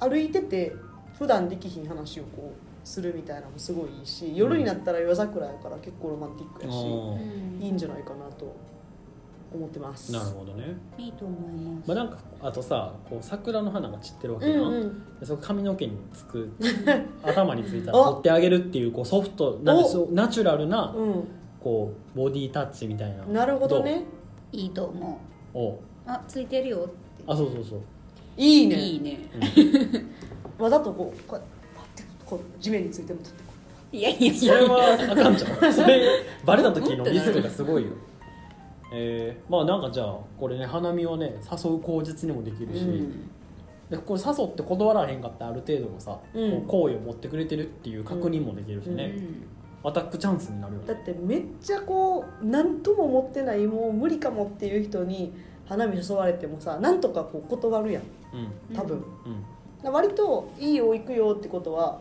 Speaker 2: 歩いてて普段できひん話をこうするみたいなのもすごいいいし夜になったら夜桜やから結構ロマンティックやし
Speaker 1: う
Speaker 3: あ
Speaker 1: ん
Speaker 2: いいんじゃないかなと思ってます。
Speaker 3: あなるほどね、
Speaker 1: いいと思います
Speaker 3: まあ、なんかあとさこう桜の花が散ってるわけ
Speaker 2: う
Speaker 3: じゃん、
Speaker 2: んうん
Speaker 3: でその髪の毛につ く頭についたら
Speaker 2: お
Speaker 3: 取ってあげるっていうこうソフトなんで
Speaker 2: お
Speaker 3: そうナチュラルな
Speaker 2: うん
Speaker 3: こうボディタッチみたいな
Speaker 2: なるほどね
Speaker 1: いいと思
Speaker 3: どうおう
Speaker 1: うあついてるよって
Speaker 3: あそうそうそう
Speaker 2: いいね
Speaker 1: いいね
Speaker 2: わざとこうこうやってパッてこう地面についても取ってこ
Speaker 1: いやいやい
Speaker 3: そ
Speaker 1: や
Speaker 3: れはあかんじ ゃんそれバレた時のリスクがすごいよえー、まあなんかじゃあこれね花見をね誘う口実にもできるし、
Speaker 1: うん
Speaker 3: でこれ誘って断らへんかったらある程度のさ、
Speaker 2: うん
Speaker 3: こう好意を持ってくれてるっていう確認もできるし
Speaker 1: う
Speaker 3: ね、
Speaker 1: ん
Speaker 3: アタックチャンスになるよ
Speaker 2: うだ
Speaker 3: ね
Speaker 2: ってめっちゃこう何とも思ってないもう無理かもっていう人に花見誘われてもさなんとかこう断るやん
Speaker 3: うん
Speaker 2: 多分、
Speaker 3: うん
Speaker 2: だから割と「いいよ行くよ」ってことは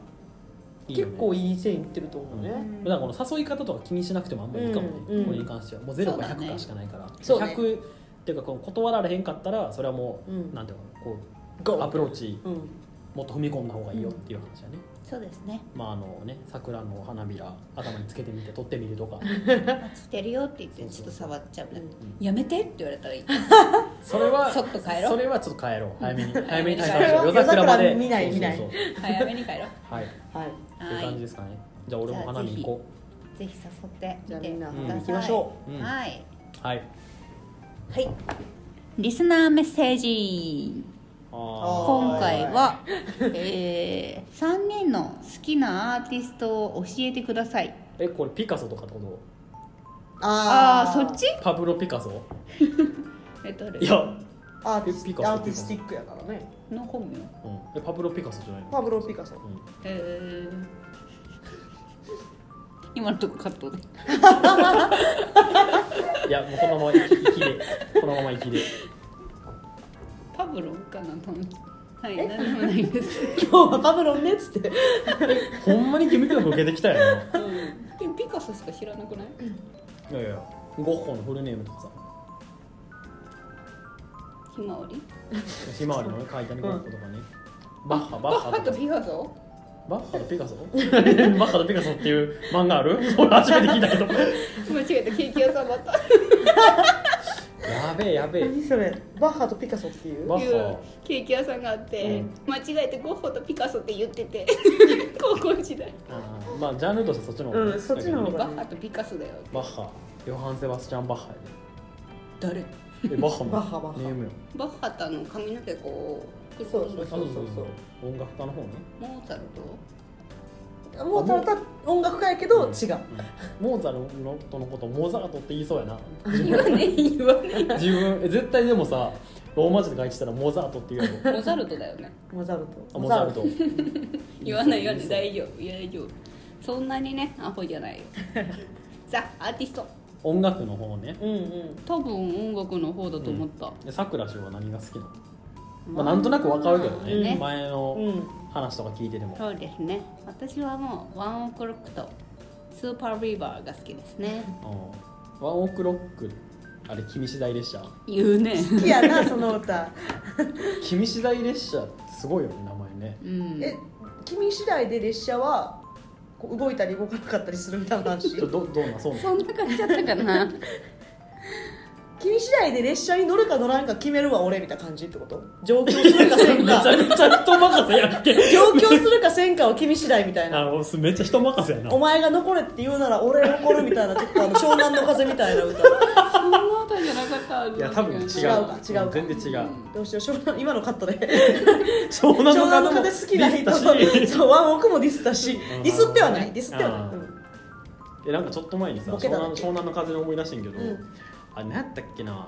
Speaker 2: い
Speaker 3: いよ
Speaker 2: 結
Speaker 3: ね
Speaker 2: 構いい線いってると思うね、
Speaker 1: うん
Speaker 3: だからこの誘い方とか気にしなくてもあんまりいいかもね、
Speaker 2: うんうん
Speaker 3: これに関してはもう0か
Speaker 1: そうだ
Speaker 3: 100
Speaker 1: ね
Speaker 3: かしかないから、
Speaker 2: そうね
Speaker 3: 100っていうかこの断られへんかったらそれはもう、
Speaker 2: うん
Speaker 3: なんていうのこう
Speaker 2: ゴー
Speaker 3: アプローチ
Speaker 2: うん
Speaker 3: もっと踏み込んだ方がいいよっていう話だね、
Speaker 1: そうですね
Speaker 3: まああのね桜の花びら頭につけてみて撮ってみるとか
Speaker 1: あついてるよって言ってちょっと触っちゃうね
Speaker 3: ん
Speaker 1: やめてって言われたらいい
Speaker 3: それは
Speaker 1: そっと帰ろう
Speaker 3: それはちょっと帰ろう早めに早めに
Speaker 1: それ
Speaker 3: 対策し
Speaker 1: は
Speaker 3: よう夜桜まで
Speaker 2: 夜桜見ない見ない
Speaker 3: そうそうそう
Speaker 1: 早めに帰ろう
Speaker 3: はい
Speaker 2: はい
Speaker 3: という感じですかねじゃあ俺も花見行こ
Speaker 1: ぜひ誘って
Speaker 2: じゃあ
Speaker 1: み
Speaker 2: み
Speaker 1: て
Speaker 2: んな
Speaker 1: く
Speaker 2: 花
Speaker 1: だ
Speaker 2: 見行き
Speaker 1: さ
Speaker 2: ましょ
Speaker 1: い
Speaker 3: うん
Speaker 1: はい、
Speaker 3: うはい
Speaker 2: はい
Speaker 1: リスナーメッセージ
Speaker 2: あ
Speaker 1: 今回は、えー、3人の好きなアーティストを教えてください
Speaker 3: ーえこれピカソとかってこ
Speaker 1: ああ
Speaker 2: ー
Speaker 1: そっち
Speaker 3: とパブロ・ピカソ
Speaker 1: え誰
Speaker 3: いや、
Speaker 2: アーティス
Speaker 3: ピカソ
Speaker 2: アーティスティックやからね
Speaker 1: の本名
Speaker 3: うん、えパブロ・ピカソじゃないの、
Speaker 2: パブロ・ピカソ
Speaker 3: うん、
Speaker 1: えー、今のとこカットで
Speaker 3: いやもうこのまま生き生きでこのまま生きで
Speaker 1: パブロンかなと思ってはい何でもないです、
Speaker 2: 今日はパブロンねっつって
Speaker 3: ほんまに君から受けてきたよな
Speaker 1: でもピカソしか知らなくない
Speaker 3: いやいやゴッホのフルネームとかさ
Speaker 1: ひまわり
Speaker 3: ひまわりのね書いたねゴッホとかねバッハバッハ
Speaker 1: あ
Speaker 3: と
Speaker 1: と
Speaker 3: か
Speaker 1: ピカソ
Speaker 3: バッハとピカソ バッハとピカソっていう漫画ある俺初めて聞いたけど
Speaker 1: 間違えたケーキ屋さんだった
Speaker 3: やべえやべえ
Speaker 2: 何それバッハとピカソっていう
Speaker 3: バッ
Speaker 1: いう
Speaker 3: ハ
Speaker 1: ケーキ屋さんがあって、
Speaker 3: うん
Speaker 1: 間違えてゴッホとピカソって言ってて 高校時代
Speaker 3: あーまあジャンルとしてそっちの方
Speaker 2: うんそっちの方が
Speaker 1: バッハとピカソだよ
Speaker 3: バッハヨハン・セバスチャン・バッハや
Speaker 1: 誰
Speaker 3: でえバッハの
Speaker 2: バッハバッハ
Speaker 3: ネームよ
Speaker 1: バッハってあの髪の毛こう
Speaker 2: そうそう
Speaker 3: あそうそうそう音楽家の方ね
Speaker 1: モーツァルト
Speaker 2: もうただ音楽家やけど違う
Speaker 3: モーツァルトのことをモーザートって言いそうやな
Speaker 1: 言わねえ言わねえモ
Speaker 3: 自分え絶対でもさローマ字で書いてたらモーザートって言うや ろ
Speaker 1: ーツァルトだよね
Speaker 2: モザル
Speaker 3: あ
Speaker 2: ト
Speaker 3: モーザルト
Speaker 1: 言わない言わ
Speaker 3: 言
Speaker 1: ないい
Speaker 3: そ
Speaker 1: 大丈
Speaker 3: う
Speaker 1: 夫いや大丈夫そんなにねアホじゃないよザ・アーティスト
Speaker 3: 音楽の方ね
Speaker 2: うんうん
Speaker 1: 多分音楽の方だと思った、
Speaker 3: でさくらちゃんは何が好きなの、まあ、なんとなくわかるけどね,、
Speaker 1: ね
Speaker 3: 前の
Speaker 2: うん
Speaker 3: 話とか聞いてても、
Speaker 1: そうですね私はもうワンオクロックとスーパービーバーが好きですね
Speaker 3: うんワンオクロックあれ君次第列車
Speaker 1: 言うね
Speaker 2: 好きやなその歌
Speaker 3: 君次第列車ってすごいよね名前ね
Speaker 1: うん
Speaker 2: え君次第で列車はこう動いたり動かなかったりするみたいな 話
Speaker 3: ちょっとどどうなんそうなん
Speaker 1: そんな感じだったか な
Speaker 2: 君次第で列車に乗るか乗らんか決めるわ俺みたいな感じって こと上京するかせん
Speaker 3: めちゃ
Speaker 2: か
Speaker 3: めちゃ人任せやっけ
Speaker 2: 上京するかせんかは君次第みたい
Speaker 3: あ
Speaker 2: な
Speaker 3: のめっちゃ人任せやな
Speaker 2: お前が残れって言うなら俺残るみたいなちょっとあの湘南の風みたいな 歌
Speaker 1: そんな歌じゃなかった
Speaker 3: いや多分違う
Speaker 2: 違うか違うか
Speaker 3: ん全然違う
Speaker 2: どうしよう湘南今のカットで
Speaker 3: 湘
Speaker 2: 湘南の風好きな人そうワンオクもディスったし
Speaker 3: ん
Speaker 2: ディスってはないディスってはない、
Speaker 3: う
Speaker 2: うんん
Speaker 3: えなんかちょっと前にさ
Speaker 2: ボ
Speaker 3: 湘
Speaker 2: ケだ
Speaker 3: 南
Speaker 2: っけ
Speaker 3: 湘南の風で思い出してんけど、
Speaker 2: うん
Speaker 3: あれ何やったっけな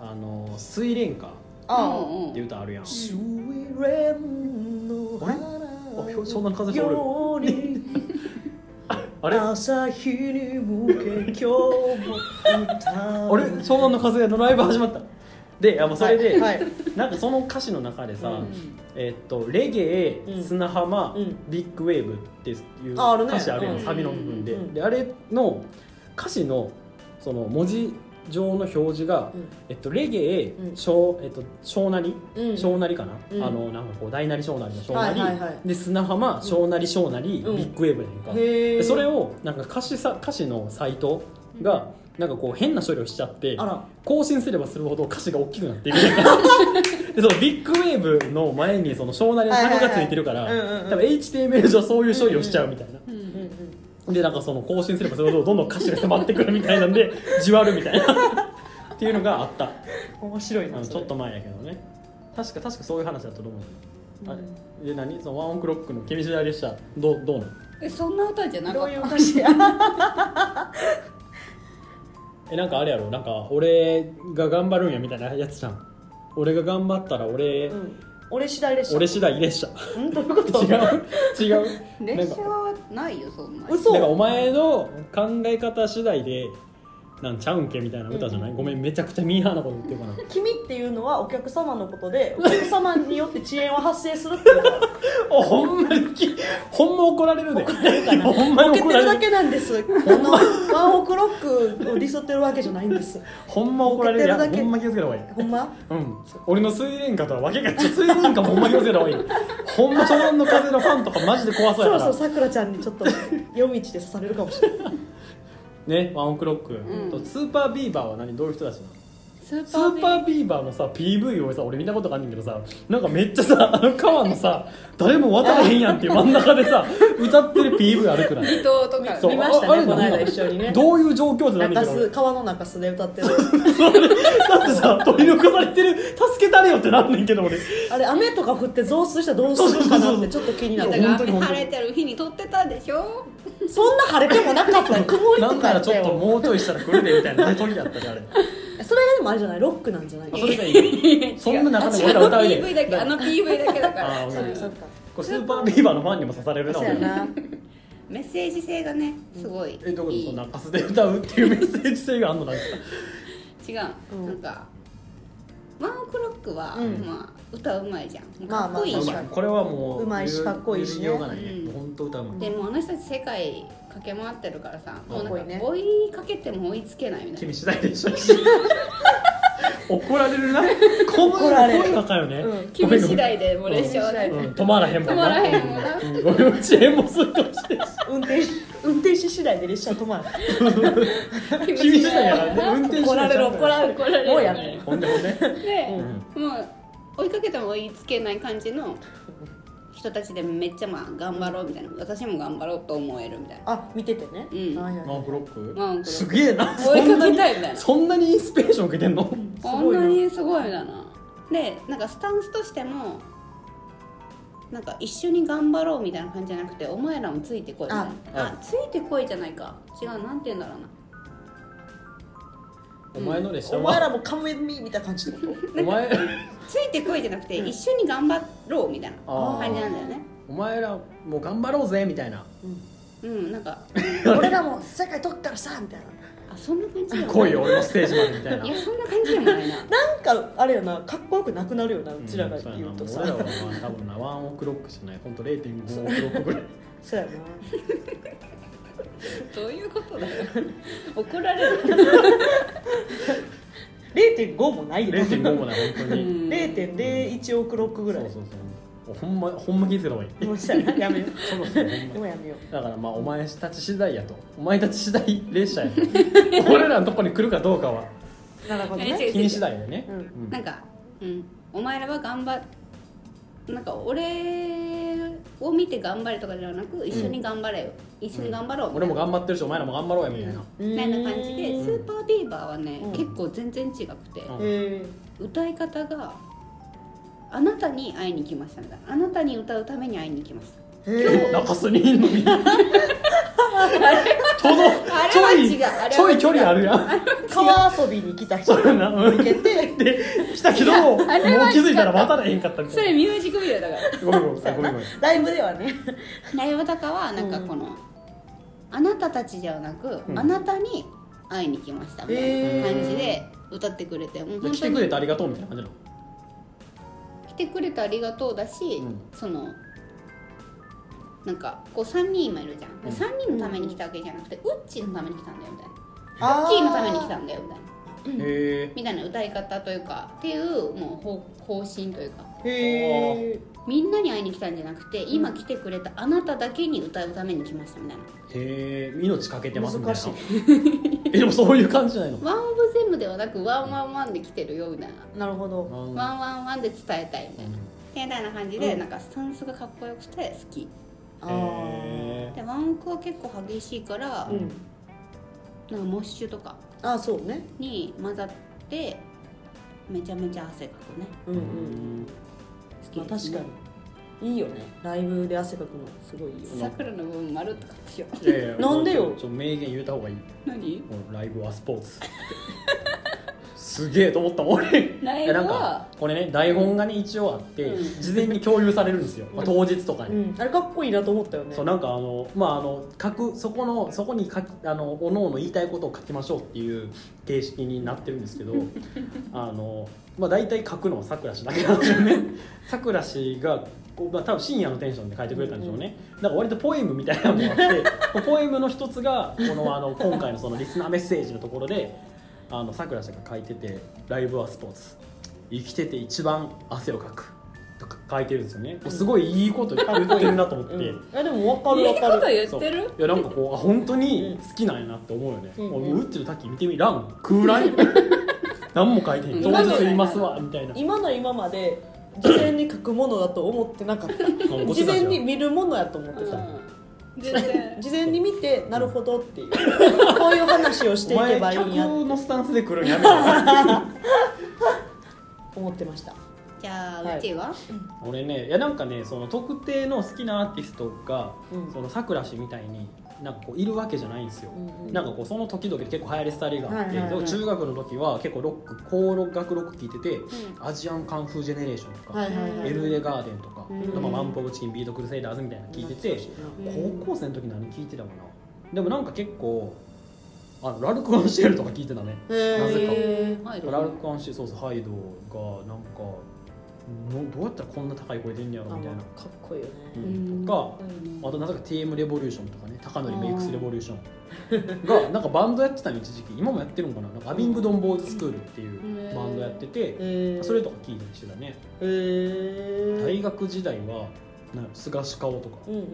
Speaker 3: あの水蓮花
Speaker 2: ああ
Speaker 3: っていう歌あるやん、
Speaker 2: シュウレンの花
Speaker 3: あれあそんな風しておる
Speaker 2: より
Speaker 3: あれあ
Speaker 2: 朝日に向け今日も歌う
Speaker 3: れ湘南の風のライブ始まったであもうそれで、
Speaker 2: はいはい
Speaker 3: なんかその歌詞の中でさ、
Speaker 1: うん
Speaker 3: えっとレゲ
Speaker 2: う
Speaker 3: エ
Speaker 2: ん
Speaker 3: 砂浜、
Speaker 2: うん
Speaker 3: ビッグウェーブっていう
Speaker 2: ああるね
Speaker 3: 歌詞あるやん、
Speaker 2: うん
Speaker 3: サビの部分で,、
Speaker 2: うん
Speaker 3: であれの歌詞のその文字上の表示が、
Speaker 2: うん
Speaker 3: えっと、レゲエ
Speaker 2: うん
Speaker 3: 小、えっと、小なり
Speaker 2: うん
Speaker 3: 小なりかな、
Speaker 2: うん
Speaker 3: あのなんかこう大なり小なりの小なり、
Speaker 2: はいはいはい
Speaker 3: で砂浜小なり小なり、
Speaker 2: うん
Speaker 3: ビッグウェーブやねんか、
Speaker 2: へ
Speaker 3: で
Speaker 2: え
Speaker 3: それをなんか歌詞さ歌詞のサイトがなんかこう変な処理をしちゃって
Speaker 2: あら
Speaker 3: 更新すればするほど歌詞が大きくな っていくでそのビッグウェーブの前にその湘南の単語がついてるから
Speaker 2: はいはいはいうんうんうん
Speaker 3: 多分 HTML 上そういう処理をしちゃうみたいな、
Speaker 1: うん
Speaker 2: うんうん
Speaker 3: でなんかその更新すればするほどどんどん歌詞が迫ってくるみたいなんでじわるみたいなっていうのがあった
Speaker 2: 面白い
Speaker 3: あ
Speaker 2: な
Speaker 3: の
Speaker 2: そ
Speaker 3: ちょ
Speaker 2: れ
Speaker 3: っと前やけどね確か確かそういう話だったと思う
Speaker 1: うん
Speaker 3: あれで何そのワンオクロックの「君次第列車」どうどうなの
Speaker 1: えそんな歌じゃなか
Speaker 2: ど
Speaker 1: っ
Speaker 2: う
Speaker 1: た
Speaker 2: いう歌詞やうん
Speaker 3: えなんかあれやろなんか俺が頑張るんやみたいなやつじゃん俺が頑張ったら俺、
Speaker 2: 俺次第列車
Speaker 3: 俺次第列車
Speaker 2: んどういうこと
Speaker 3: 違う違う
Speaker 1: 列車はないよそんな
Speaker 2: 嘘
Speaker 3: なんかお前の考え方次第でなんちゃうんけみたいな歌じゃない、ごめんめちゃくちゃミーハーなこと言ってるかな
Speaker 2: 君っていうのはお客様のことでお客様によって遅延は発生するっていうこ と
Speaker 3: おほんまにきほんま怒られるで
Speaker 2: だから
Speaker 3: ほんま
Speaker 2: ボ
Speaker 3: に
Speaker 2: ケ
Speaker 3: 怒
Speaker 2: て
Speaker 3: ら
Speaker 2: るだ
Speaker 3: れる
Speaker 2: けなんですあのワンオクロックをディスってるわけじゃないんです
Speaker 3: ほんま怒られるや
Speaker 2: ボケてるだけ
Speaker 3: ほんま気をつけた方がいい
Speaker 2: ほんま
Speaker 3: うん、俺の水蓮花とはわけが違う水蓮 花もほんま気をつけた方がいいほんま湘南の風のファンとかマジで怖そ
Speaker 2: そ
Speaker 3: うや
Speaker 2: ろ
Speaker 3: か
Speaker 2: そろさ
Speaker 3: ら
Speaker 2: くらちゃんにちょっと夜道で刺されるかもしれない
Speaker 3: ねワンオクロック、
Speaker 1: うん
Speaker 3: とスーパービーバーは何どういう人たちなの
Speaker 1: スー
Speaker 3: ス
Speaker 1: パー
Speaker 3: ー
Speaker 1: ビ
Speaker 3: パ
Speaker 1: ー
Speaker 3: ービーバーのさ PV をさ俺見たことがあんねんけどさなんかめっちゃさあの川のさ誰も渡らへんやんっていう真ん中でさ歌ってる PV あるくらい
Speaker 1: 人とか
Speaker 3: そう
Speaker 2: 見ましたね
Speaker 3: ああれ
Speaker 2: この間
Speaker 3: なんか
Speaker 2: 一緒にね
Speaker 3: どういう状況じゃないんだ
Speaker 2: 中
Speaker 3: けど
Speaker 2: 洲川の中洲で歌ってる
Speaker 3: だってさ取り残されてる助けたれよってなんねんけど俺
Speaker 2: あれ雨とか降って増水したらどうするのかなってちょっと気にな
Speaker 1: だ
Speaker 2: る
Speaker 1: から
Speaker 3: 本当に本当に
Speaker 1: 晴れてる日に撮ってたでしょ
Speaker 2: そんな晴れて もなかったよ曇り
Speaker 3: な
Speaker 2: と
Speaker 3: ん
Speaker 2: か
Speaker 3: な
Speaker 2: や
Speaker 3: ら
Speaker 2: っ
Speaker 3: ちょ
Speaker 2: た
Speaker 3: っと
Speaker 2: よ
Speaker 3: もうちょいしたら来るでみたいな時だったであれ
Speaker 2: それがでもあれじゃないロックなんじゃない
Speaker 3: あそれがいいよそんな中で俺ら歌うで
Speaker 1: PV だけあの PV だけだか
Speaker 3: あ
Speaker 1: ら
Speaker 3: ー
Speaker 2: そっ
Speaker 3: う
Speaker 2: か
Speaker 3: ん
Speaker 2: そっか
Speaker 3: これスーパービーバーのファンにも刺されるな
Speaker 2: そうや
Speaker 3: 俺
Speaker 2: な
Speaker 1: メッセージ性がねすごい
Speaker 3: えどこ
Speaker 1: い
Speaker 3: でそ
Speaker 1: い
Speaker 3: の中洲で歌うっていうメッセージ性があんのなんか
Speaker 1: 違う、
Speaker 2: うん
Speaker 1: なんかワンオクロックは、
Speaker 2: うん
Speaker 1: まあ、歌うまいじゃん
Speaker 2: まあ
Speaker 1: かっこいい
Speaker 2: まあ
Speaker 1: じゃ
Speaker 2: 確か
Speaker 1: ん、
Speaker 2: に
Speaker 3: これはもう
Speaker 2: うまいしかっこいいしね
Speaker 3: 言う言うようがないね
Speaker 1: うん
Speaker 3: もう本当歌うまい
Speaker 1: でもあの人たち世界駆け回ってるからさもうなん
Speaker 2: かっこいいね
Speaker 1: か追いかけても追いつけないみたい
Speaker 3: 君
Speaker 1: な
Speaker 3: 次第でしょ怒られるな怒
Speaker 2: られる
Speaker 3: 声高いよね、
Speaker 2: うん
Speaker 1: 君次第でもう列車は
Speaker 2: う
Speaker 1: ね
Speaker 3: うん止まらへんもんな
Speaker 1: 止まらへんもんな
Speaker 3: うん俺の遅延もするかもしれんし
Speaker 2: 運転運転手次第で列車止まる
Speaker 1: 君
Speaker 3: 君次第やからね運
Speaker 1: な
Speaker 3: 転手
Speaker 2: 怒られる
Speaker 3: ちゃう
Speaker 2: 怒られる
Speaker 1: 怒られる
Speaker 2: もうやめる
Speaker 3: ほんでほんで
Speaker 1: で
Speaker 3: う、
Speaker 1: もう追いかけても追いつけない感じの人たちでめっちゃまあ頑張ろうみたいな私も頑張ろうと思えるみたいな
Speaker 2: あ見ててね
Speaker 1: うん
Speaker 2: はい
Speaker 3: ワ
Speaker 2: は
Speaker 3: ン
Speaker 2: い
Speaker 3: ブロッ
Speaker 1: ワンブロッ
Speaker 3: ク
Speaker 1: ク
Speaker 3: すげえなそ
Speaker 1: 追いか
Speaker 3: んな
Speaker 1: け
Speaker 3: に
Speaker 1: たいみたいな
Speaker 3: そんなにインスピレーション受けてんの
Speaker 2: す
Speaker 1: こ
Speaker 2: ごい
Speaker 1: ん
Speaker 2: な
Speaker 1: なにすごいだなでなんかスタンスとしてもなんか一緒に頑張ろうみたいな感じじゃなくてお前らもついてこいみたいな
Speaker 3: あ
Speaker 1: あついてこいじゃないか違うなんて言うんだろうな
Speaker 3: お前の列車
Speaker 2: お前ら
Speaker 3: は
Speaker 2: もカムエミみたいな感じってこと
Speaker 3: お前
Speaker 1: ついてこいじゃなくて一緒に頑張ろうみたいな
Speaker 3: あー
Speaker 1: 感じなんだよね
Speaker 3: お前らもう頑張ろうぜみたいな
Speaker 1: うんなんか
Speaker 2: 俺らも世界取ったらさみたいな
Speaker 1: あそんな感じだよな
Speaker 3: 来いよ俺のステージまでみたいない
Speaker 1: やそんな感じでもないな
Speaker 2: なんかあれやなかっこよくなくなるよなうちらが
Speaker 3: そうや
Speaker 2: 言
Speaker 3: な
Speaker 2: う
Speaker 3: も
Speaker 2: と
Speaker 3: う
Speaker 2: さ、
Speaker 3: 俺らはまあ多分なワンオクロックじゃない本当0.5オクロックぐらい
Speaker 2: そうやな
Speaker 1: どういうことだよ怒られる
Speaker 2: 0.5もないよ
Speaker 3: 0.5 もない本当に、
Speaker 1: うん
Speaker 2: 0.01億ロックぐらい
Speaker 3: そうそうそうほんまほんま気づけた方がいい
Speaker 2: もうそうやなやめよ
Speaker 3: そろそろほんま
Speaker 2: うもうやめよう
Speaker 3: だからまあお前たち次第やとお前たち次第列車やと 俺らのとこに来るかどうかは
Speaker 2: なるほど
Speaker 1: え
Speaker 2: ね
Speaker 1: 違う
Speaker 3: 君次第だよね、
Speaker 2: うん
Speaker 3: うん
Speaker 1: なんか、うん、お前らは頑張なんか俺を見て頑張れとかではなく一緒に頑張れよ、一緒に頑張ろう、
Speaker 3: 俺も頑張ってるしお前らも頑張ろうやみたいな、
Speaker 1: みたいな感じで
Speaker 2: う
Speaker 1: スーパービーバーはね、
Speaker 2: うん
Speaker 1: 結構全然違くて、
Speaker 3: うん
Speaker 2: え
Speaker 1: 歌い方があなたに会いに来ましたみたいなあなたに歌うために会いに来ました
Speaker 2: ー、え
Speaker 3: 中洲にいん のにとど
Speaker 1: あ
Speaker 3: ち
Speaker 1: れ
Speaker 3: ょ
Speaker 1: はい違うあれは違う
Speaker 3: ちょい距離ある やん
Speaker 2: ー、川遊びに来た人
Speaker 3: そうやなうん
Speaker 2: 向け て
Speaker 3: で来たけどもう
Speaker 1: あれは
Speaker 3: 気づいたら渡らへんかったみ
Speaker 1: そ
Speaker 3: た
Speaker 1: れ
Speaker 3: いな
Speaker 1: ミュージックビデオだから
Speaker 3: ごめんごめんごめんごめん
Speaker 2: ライブではね
Speaker 1: ライブとかはなんかこの、あなたたちではなく、
Speaker 3: うん
Speaker 1: あなたに会いに来ましたみたいな感じで歌ってくれて、もう本当に
Speaker 3: 来てくれてありがとうみたいな感じなの
Speaker 1: 来てくれてありがとうだし、
Speaker 3: うん
Speaker 1: そのなんかこう3人今いるじゃん、
Speaker 3: うん
Speaker 1: 3人のために来たわけじゃなくてウッチーのために来たんだよみたいなウ
Speaker 2: あ
Speaker 1: ッチーのために来たんだよみたいな
Speaker 3: へ
Speaker 1: みたいな歌い方というかっていうもう方方針というか
Speaker 2: へえ
Speaker 1: みんなに会いに来たんじゃなくて今来てくれたあなただけに歌うために来ましたみたいな
Speaker 3: えへえ命かけてますみたい
Speaker 2: 難
Speaker 3: な
Speaker 2: しい
Speaker 3: えでもそういう感じじゃないの
Speaker 1: ワン・オブ・ゼムではなくワン・ワン・ワンで来てるよみたいな、
Speaker 2: なるほど
Speaker 1: ワン・ワン・ワンで伝えたいみたいな、みたいな感じで、
Speaker 2: うん
Speaker 1: なんかスタンスがかっこよくて好き
Speaker 2: あー
Speaker 3: へ
Speaker 1: でワンオクは結構激しいから、
Speaker 3: うん
Speaker 2: うん
Speaker 1: なんかモッシュとか
Speaker 2: あーそうね
Speaker 1: に混ざってめちゃめちゃ汗かくね
Speaker 2: う
Speaker 3: うん
Speaker 2: うん、
Speaker 1: 好
Speaker 2: まあ、
Speaker 1: きです、
Speaker 2: 確
Speaker 1: ね
Speaker 2: かにいいよねライブで汗かくのすごいいいよ
Speaker 1: さくらの分丸とかしよう
Speaker 3: いやいや
Speaker 2: なんでよ
Speaker 3: ちょっと名言言うた方がいい
Speaker 1: 何
Speaker 3: もうライブはスポーツすげえと思ったもん俺
Speaker 1: ライ
Speaker 3: い
Speaker 1: ブ
Speaker 3: や
Speaker 1: は
Speaker 3: なんかこれね台本がね一応あって、
Speaker 1: うん
Speaker 3: 事前に共有されるんですよ、まあ、当日とかに、
Speaker 2: うん、あれかっこいいなと思ったよね
Speaker 3: そうなんかあのまああの書くそこのそこに書きあのおのおの言いたいことを書きましょうっていう形式になってるんですけ どあのまあ大体書くのはさくら氏だけなんですよね さくら氏がこう、まあ、多分深夜のテンションで書いてくれたんでしょうね、なんか割とポエムみたいなのもあって ポエムの一つがこのあの今回のそのリスナーメッセージのところであのさくら氏が書いてて「ライブはスポーツ」生きてて一番汗をかくとか書いてるんですよね、すごいいいこと言ってるなと思って、
Speaker 2: うん、いやでも分か
Speaker 1: い
Speaker 2: る
Speaker 1: いこ
Speaker 2: 分か
Speaker 1: と
Speaker 2: る
Speaker 1: 言ってる
Speaker 3: いやなんかこうあ本当に好きなんやなって思うよね、
Speaker 2: うん
Speaker 3: もううっちの滝見てみラン空欄 何も書いてへ
Speaker 1: うん
Speaker 3: ん当日言いますわみたいな
Speaker 2: 今の今まで事前に書くものだと思ってな かった
Speaker 3: あご
Speaker 2: 事
Speaker 3: ちそ
Speaker 2: 前
Speaker 3: うさまで
Speaker 2: に
Speaker 3: し
Speaker 2: 見るものやと思っ
Speaker 1: う
Speaker 2: てた、
Speaker 1: ん全然
Speaker 2: 事前に見てなるほどっていうこういう話をしてい
Speaker 3: た
Speaker 2: け
Speaker 3: お
Speaker 2: ば
Speaker 3: 前
Speaker 2: いいんや
Speaker 3: 客のスタンスで来るんやめろ
Speaker 2: 思ってました
Speaker 1: じゃあ
Speaker 2: はいう
Speaker 1: ちは、
Speaker 3: 俺ねいやなんかねその特定の好きなアーティストが
Speaker 2: うん
Speaker 3: そのさくら氏みたいになんかこういるわけじゃないんですよ、
Speaker 2: うんうん
Speaker 3: なんかこうその時々で結構流行り廃りがあって、
Speaker 2: はいはいはい
Speaker 3: 中学の時は結構ロック高ロ学ロック聴いてて、アジアンカンフージェネレーションとか、
Speaker 2: はいはいはい
Speaker 3: エルレガーデンとか、
Speaker 1: うん
Speaker 3: あとまあワンポブチキンビートクルセイダーズみたいなの聞いてて、
Speaker 1: うん
Speaker 3: 高校生の時何聞いてたかなでもなんか結構あのラルク・アンシェルとか聞いてたね
Speaker 2: へ
Speaker 3: なぜか
Speaker 2: え
Speaker 1: はいどう
Speaker 3: ラル
Speaker 1: ぞ
Speaker 3: ク・アンシェルそうそうハイドがなんかのどうやったらこんな高い声出んねやろみたいな、
Speaker 2: かっこいいよね、
Speaker 3: う
Speaker 1: うんん
Speaker 3: とかあとなぜか TM レボリューションとかね高則メイクスレボリューション がなんかバンドやってたの一時期今もやってるのかななんかアビングドンボーイズスクールっていうバンドやってて
Speaker 2: えー、
Speaker 3: それとか聞いたりしてたね
Speaker 2: えー、
Speaker 3: 大学時代はなんか菅氏顔とか、
Speaker 2: うんうん
Speaker 1: う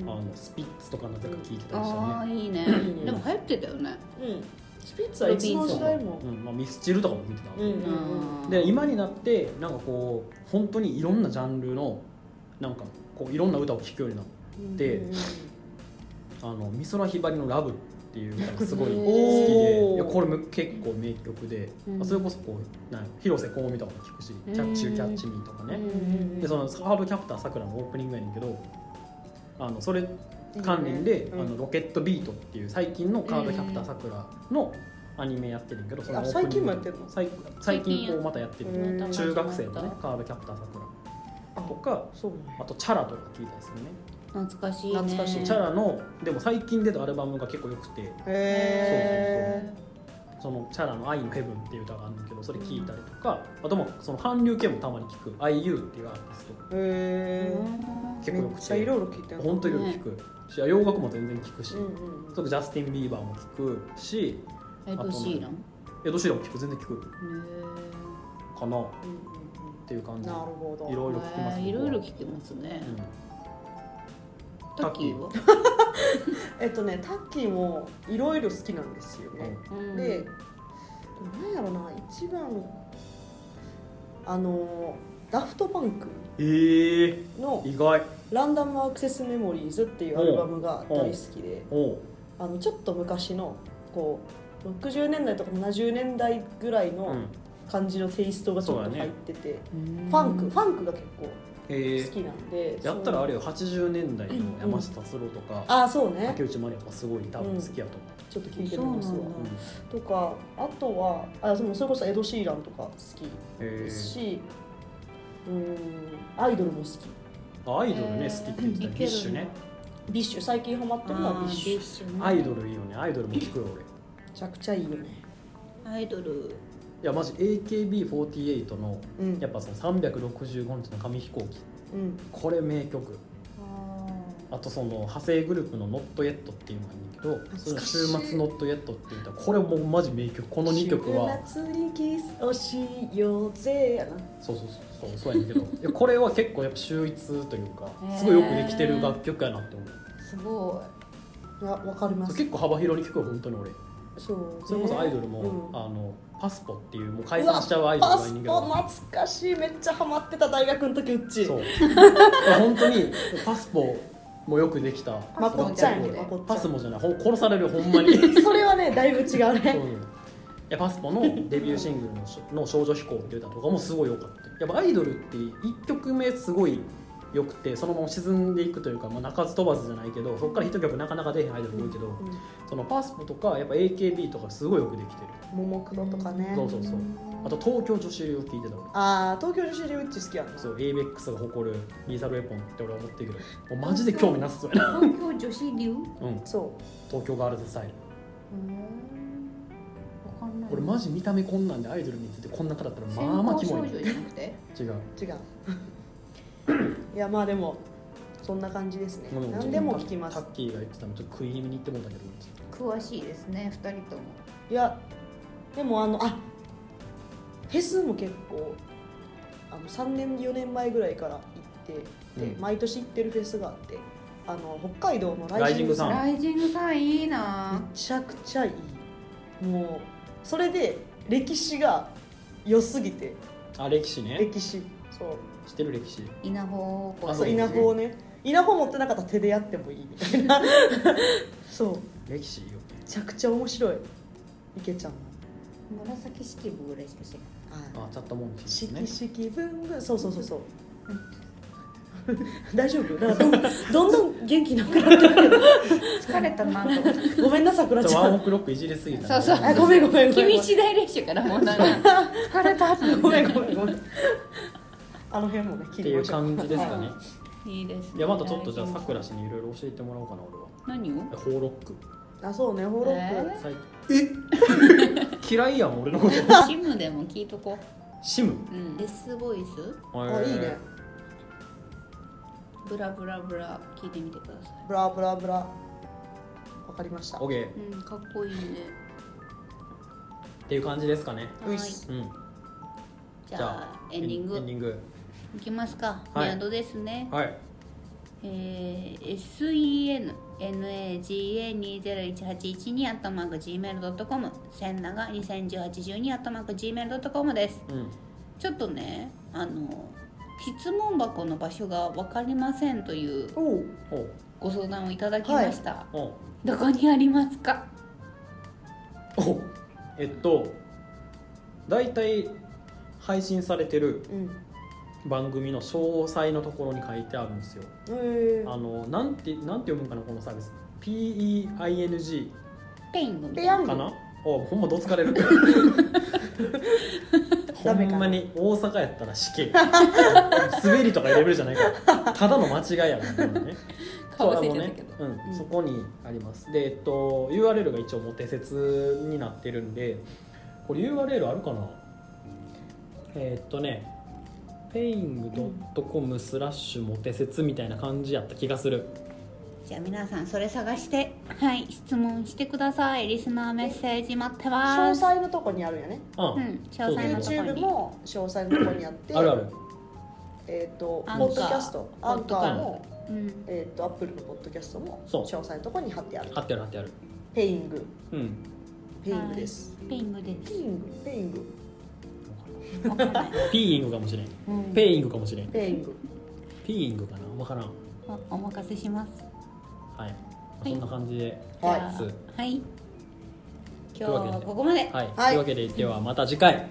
Speaker 2: うん
Speaker 1: ん
Speaker 3: あのスピッツとかなぜか聞いてたりしたね
Speaker 1: ああいいね
Speaker 2: いいね
Speaker 1: でも流行ってたよね
Speaker 2: うん、うん、スピッツはいつの時代も
Speaker 3: うんまあ、ミスチルとかも見てた、
Speaker 2: うんうん
Speaker 1: うん
Speaker 3: で今になってなんかこう本当にいろんなジャンルのなんかこういろんな歌を聴くようになっ
Speaker 2: うん
Speaker 3: て、
Speaker 2: うん
Speaker 3: あの美空ひばりの「ラブっていう歌がすごい好き
Speaker 2: お
Speaker 3: で
Speaker 2: ー
Speaker 3: いやこれも結構名曲で、
Speaker 1: うん
Speaker 3: それこそこうなんや広瀬香美とかも聴くし「キャッチューキャッチミー」とか
Speaker 2: う
Speaker 3: ね、
Speaker 2: ん
Speaker 3: でそのハードキャプターさくらのオープニングやねんけどあのそれ関連で、
Speaker 2: うん
Speaker 3: あのロケットビートっていう最近のカードキャプターさくらのアニメやってるんやけど、その
Speaker 2: あ
Speaker 3: オープニング
Speaker 2: 最近もやってんの
Speaker 3: 最最近こうまたやってる
Speaker 2: へー
Speaker 3: 中学生のねカードキャプターさくらとか
Speaker 2: そうね
Speaker 3: あとチャラとか聞いたりするね
Speaker 1: 懐かしいね
Speaker 2: 懐かしい
Speaker 3: チャラのでも最近出たアルバムが結構良くて
Speaker 2: へえ
Speaker 3: そのチャラの「愛のヘブン」っていう歌があるんだけどそれ聞いたりとか、あともその韓流系もたまに聞く「IU」っていうアーティスト
Speaker 2: へえ
Speaker 3: 結構
Speaker 2: め
Speaker 3: よくて
Speaker 2: っちゃいろいろ聞いたよ
Speaker 3: 本当にいろいろ聞く、し洋楽も全然聞くし、
Speaker 2: うんうんうん
Speaker 3: それこそジャスティン・ビーバーも聞くし
Speaker 1: エド・シーラン
Speaker 3: エド・シーランも聞く全然聞く
Speaker 1: へ
Speaker 3: かな
Speaker 2: うんう
Speaker 3: っ
Speaker 2: ん
Speaker 3: ていう
Speaker 2: う
Speaker 3: 感
Speaker 2: ん
Speaker 3: じ
Speaker 2: なるほど
Speaker 3: いろいろ聞きます
Speaker 1: えいろいろ聞きますね
Speaker 3: うん
Speaker 1: タッキーは
Speaker 2: えっとねタッキーもいろいろ好きなんですよね、
Speaker 1: うん
Speaker 2: でなんやろな一番あのダフトパンク
Speaker 3: ええ
Speaker 2: の
Speaker 3: 意外
Speaker 2: 「ランダムアクセスメモリーズ」っていうアルバムが大好きで
Speaker 3: おう
Speaker 2: あのちょっと昔のこう60年代とか70年代ぐらいうの
Speaker 3: ん
Speaker 2: 感じのテイストがちょっ
Speaker 3: そう
Speaker 2: と
Speaker 3: だね
Speaker 2: 入ってて、
Speaker 1: うん
Speaker 2: ファンクファンクが結構
Speaker 3: ええ
Speaker 2: 好きなんで、
Speaker 3: やったらあ
Speaker 2: れ
Speaker 3: れよ80年代の山下達郎とか、
Speaker 2: ああそうね
Speaker 3: 竹内まりやとかすごい多分好きやと思
Speaker 2: ちょっと聞いてみますわ
Speaker 1: そうなんだ
Speaker 3: う、うん
Speaker 2: とかあとはあでもそれこそエド・シーランとか好き
Speaker 3: え
Speaker 2: で
Speaker 3: え
Speaker 2: すし、うんアイドルも好き
Speaker 3: アイドルね好きって言ってた
Speaker 1: い
Speaker 3: ビ
Speaker 1: ける
Speaker 3: ッ
Speaker 1: な
Speaker 3: シュね
Speaker 2: ビッシュ最近ハマっ
Speaker 1: あ
Speaker 2: てるのはビ
Speaker 1: ー
Speaker 2: ッシュ
Speaker 1: ビ
Speaker 2: め
Speaker 1: ッシュね
Speaker 3: アイドルいいよねアイドルも聞くよ俺い
Speaker 2: ちゃくちゃいいよね
Speaker 1: アイドル
Speaker 3: やマジ AKB48 の
Speaker 2: うん
Speaker 3: やっぱその365日の紙飛行機
Speaker 2: うん
Speaker 3: これ名曲あとその派生グループの「ノット・エット」っていうのがあるんだけど「そ
Speaker 2: 懐
Speaker 3: の
Speaker 2: かしい
Speaker 3: 週末ノット・エット」っていう歌これもうマジ名曲この2曲は
Speaker 2: 週末にキスをしようぜやな
Speaker 3: そうそうそうそうそうやねん けどいやこれは結構やっぱ秀逸というか
Speaker 1: へー
Speaker 3: すごいよくできてる楽曲やなって思う
Speaker 1: すご
Speaker 2: いやわかりま
Speaker 3: そう
Speaker 2: す
Speaker 3: 結構幅広に聞くよ本当に俺
Speaker 2: そう、ね、
Speaker 3: それこそアイドルも、
Speaker 2: うん
Speaker 3: あのパスポっていうもう解散しちゃうアイドル
Speaker 2: パ
Speaker 3: がい
Speaker 2: ス
Speaker 3: るんだけど
Speaker 2: ポ懐かしいめっちゃハマってた大学の時うち
Speaker 3: そう本当にパスポもよくできた
Speaker 2: まこっちゃんやけどまこっちゃん
Speaker 3: パスもじゃないほん殺されるよほんま にそう
Speaker 2: それはねだいぶ違うね
Speaker 3: いやパスポのデビューシングルのし「の少女飛行」っていう歌とかもすごい良かったやっぱアイドルって1曲目すごい良くてそのまま沈んでいくというか、まあ、鳴かず飛ばずじゃないけどそこから1曲なかなか出へんアイドルも多いけど、
Speaker 2: うん
Speaker 3: そのパスポとかやっぱ AKB とかすごいよくできてる
Speaker 2: ももクロとかね
Speaker 3: そうそうそうあと東京女子流を聴いてた俺
Speaker 2: ああ東京女子流うち好きやんな
Speaker 3: そう ABEX が誇るリーサルウェポンって俺は思ってるけどもうマジで興味なさそうやな、
Speaker 1: 東京女子流
Speaker 3: うん、
Speaker 2: そ
Speaker 3: 東京ガールズスタイル
Speaker 1: うんわかんない
Speaker 3: 俺マジ見た目こんなんでアイドル見ててこんな方だったら
Speaker 1: 専
Speaker 3: まあまあ
Speaker 1: 門
Speaker 3: キ
Speaker 1: 少
Speaker 3: モい
Speaker 1: 女
Speaker 3: 違う
Speaker 1: じゃなくて
Speaker 2: う違 ういやまあでもそんな感じですね
Speaker 3: もう
Speaker 2: 何でも聞きま
Speaker 3: タ
Speaker 2: す
Speaker 3: ッキーが言ってたのちょっと食い気味に言ってもうたけどちょっ
Speaker 1: 詳しいですね二人とも
Speaker 2: いやでもあのあフェスも結構あの3年4年前ぐらいから行ってて、
Speaker 3: うん
Speaker 2: 毎年行ってるフェスがあってあの北海道の
Speaker 3: とライジング
Speaker 2: ん
Speaker 3: さん
Speaker 1: ライジングさんいいな
Speaker 2: めちゃくちゃいいもうそれで歴史が良すぎて
Speaker 3: あ歴史ね
Speaker 2: 歴史そう
Speaker 3: 知ってる歴史
Speaker 1: 稲穂高
Speaker 3: あ
Speaker 2: そ
Speaker 3: そうう
Speaker 2: 稲穂をね稲穂持ってなかったら手でやってもいいみたいなそうめ
Speaker 3: 歴史いいよね
Speaker 2: ちゃくちゃ面白い池ちゃん
Speaker 1: 紫式部ぐらいしか知らな
Speaker 2: は
Speaker 3: あチャットモンキ
Speaker 2: い
Speaker 3: ーです
Speaker 2: 色
Speaker 3: ね
Speaker 2: 色文具そうそうそうそう 大丈夫なんか どんどんどん元気なくなってる
Speaker 1: い疲れたなと思って
Speaker 2: けどごめんなさくら
Speaker 3: ち
Speaker 2: ち
Speaker 3: ょワ
Speaker 2: ゃ
Speaker 3: ンオ
Speaker 2: ん
Speaker 3: クロックいじりすぎた
Speaker 1: そうそう
Speaker 2: あごめんごめんごめん
Speaker 1: 君次第列車からもうなんか疲れたって
Speaker 2: ごめんごめんごめん あの辺もね切
Speaker 3: って
Speaker 2: り
Speaker 3: い
Speaker 2: ま
Speaker 3: う
Speaker 2: しょ
Speaker 3: 感じですかね
Speaker 2: はい
Speaker 1: いいですね
Speaker 3: いやまたちょっとじゃあさくら氏にいろいろ教えてもらおうかな俺は
Speaker 1: 何を
Speaker 3: えホーロック
Speaker 2: あそうねホーロック
Speaker 1: え
Speaker 3: 最え嫌いやん俺のこと
Speaker 1: シムでも聞いとこ
Speaker 3: シム
Speaker 1: う、うん、デスボイス
Speaker 2: あいいね
Speaker 1: ブラブラブラ聞いてみてくださ
Speaker 2: ブラブラブラわかりました
Speaker 3: オッケー
Speaker 1: いうんかっこいいね
Speaker 3: っていう感じですかね
Speaker 2: ういっす
Speaker 3: うん
Speaker 1: じゃあエンディング
Speaker 3: エンディング
Speaker 1: いきますか、
Speaker 3: はい
Speaker 1: メアドですね、
Speaker 3: はい
Speaker 1: えー、SENNAGA201812 アットマーク Gmail.com センナが201812アットマーク Gmail.com です
Speaker 3: うん
Speaker 1: ちょっとねあの質問箱の場所が分かりませんという
Speaker 2: おう
Speaker 3: おう
Speaker 1: ご相談をいただきました、
Speaker 3: おう
Speaker 1: どこにありますか
Speaker 3: おうえっと大体配信されてる
Speaker 2: うん
Speaker 3: 番組の詳細のところに書いてあるんですよ
Speaker 2: え
Speaker 3: あのなんてなんて読むんかなこのサービス PEING
Speaker 1: ペイングみたい
Speaker 2: ペ
Speaker 1: な
Speaker 2: ヤング
Speaker 3: かなおうほんまどつかれるほ
Speaker 2: ダメかな
Speaker 3: んまに大阪やったら死 刑滑りとかいうレベルじゃないからただの間違いやもんね
Speaker 1: 顔忘
Speaker 3: そう
Speaker 1: れ
Speaker 3: あ
Speaker 1: ち
Speaker 3: の
Speaker 1: ゃったけ
Speaker 3: ね
Speaker 1: ど、
Speaker 3: うん
Speaker 1: うん
Speaker 3: そこにありますで、えっと、URL が一応モテ説になってるんでこれ URL あるかなえっとね paying.com スラッシュモテ説みたいな感じやった気がする
Speaker 1: じゃあ皆さんそれ探してはい質問してくださいリスナーメッセージ待って
Speaker 2: 詳
Speaker 1: ます
Speaker 2: 細のとこにあるんやね
Speaker 3: うん、
Speaker 1: うん詳細のとこ
Speaker 2: YouTube
Speaker 1: に
Speaker 2: も詳細のとこにあって
Speaker 3: あるある
Speaker 2: えっ、とポ
Speaker 1: ア
Speaker 2: ッ
Speaker 1: ンカー
Speaker 2: ドキャストアンカーも
Speaker 1: うん
Speaker 2: えっ、とアップルのポッドキャストも
Speaker 3: そう
Speaker 2: 詳細のとこに貼ってある
Speaker 3: 貼ってある貼ってある
Speaker 2: ペイング
Speaker 3: うん
Speaker 2: ペイングです
Speaker 1: ペイングで
Speaker 2: ペイングペイング
Speaker 1: すわかんない
Speaker 3: ピーイングかもしれん
Speaker 1: うん
Speaker 3: ペイイングかもしれん
Speaker 2: ペイング
Speaker 3: ピーイングかなわからん
Speaker 1: あお任せします
Speaker 3: はい、そんな感じで
Speaker 2: はい
Speaker 1: じゃ
Speaker 3: そう
Speaker 1: あはい今日
Speaker 3: というわけで
Speaker 1: はここまで
Speaker 3: はい、
Speaker 2: はい
Speaker 3: というわけでではまた次回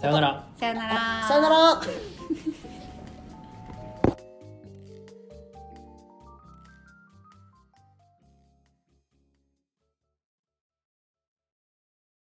Speaker 3: さようなら
Speaker 1: さよなら
Speaker 2: さよなら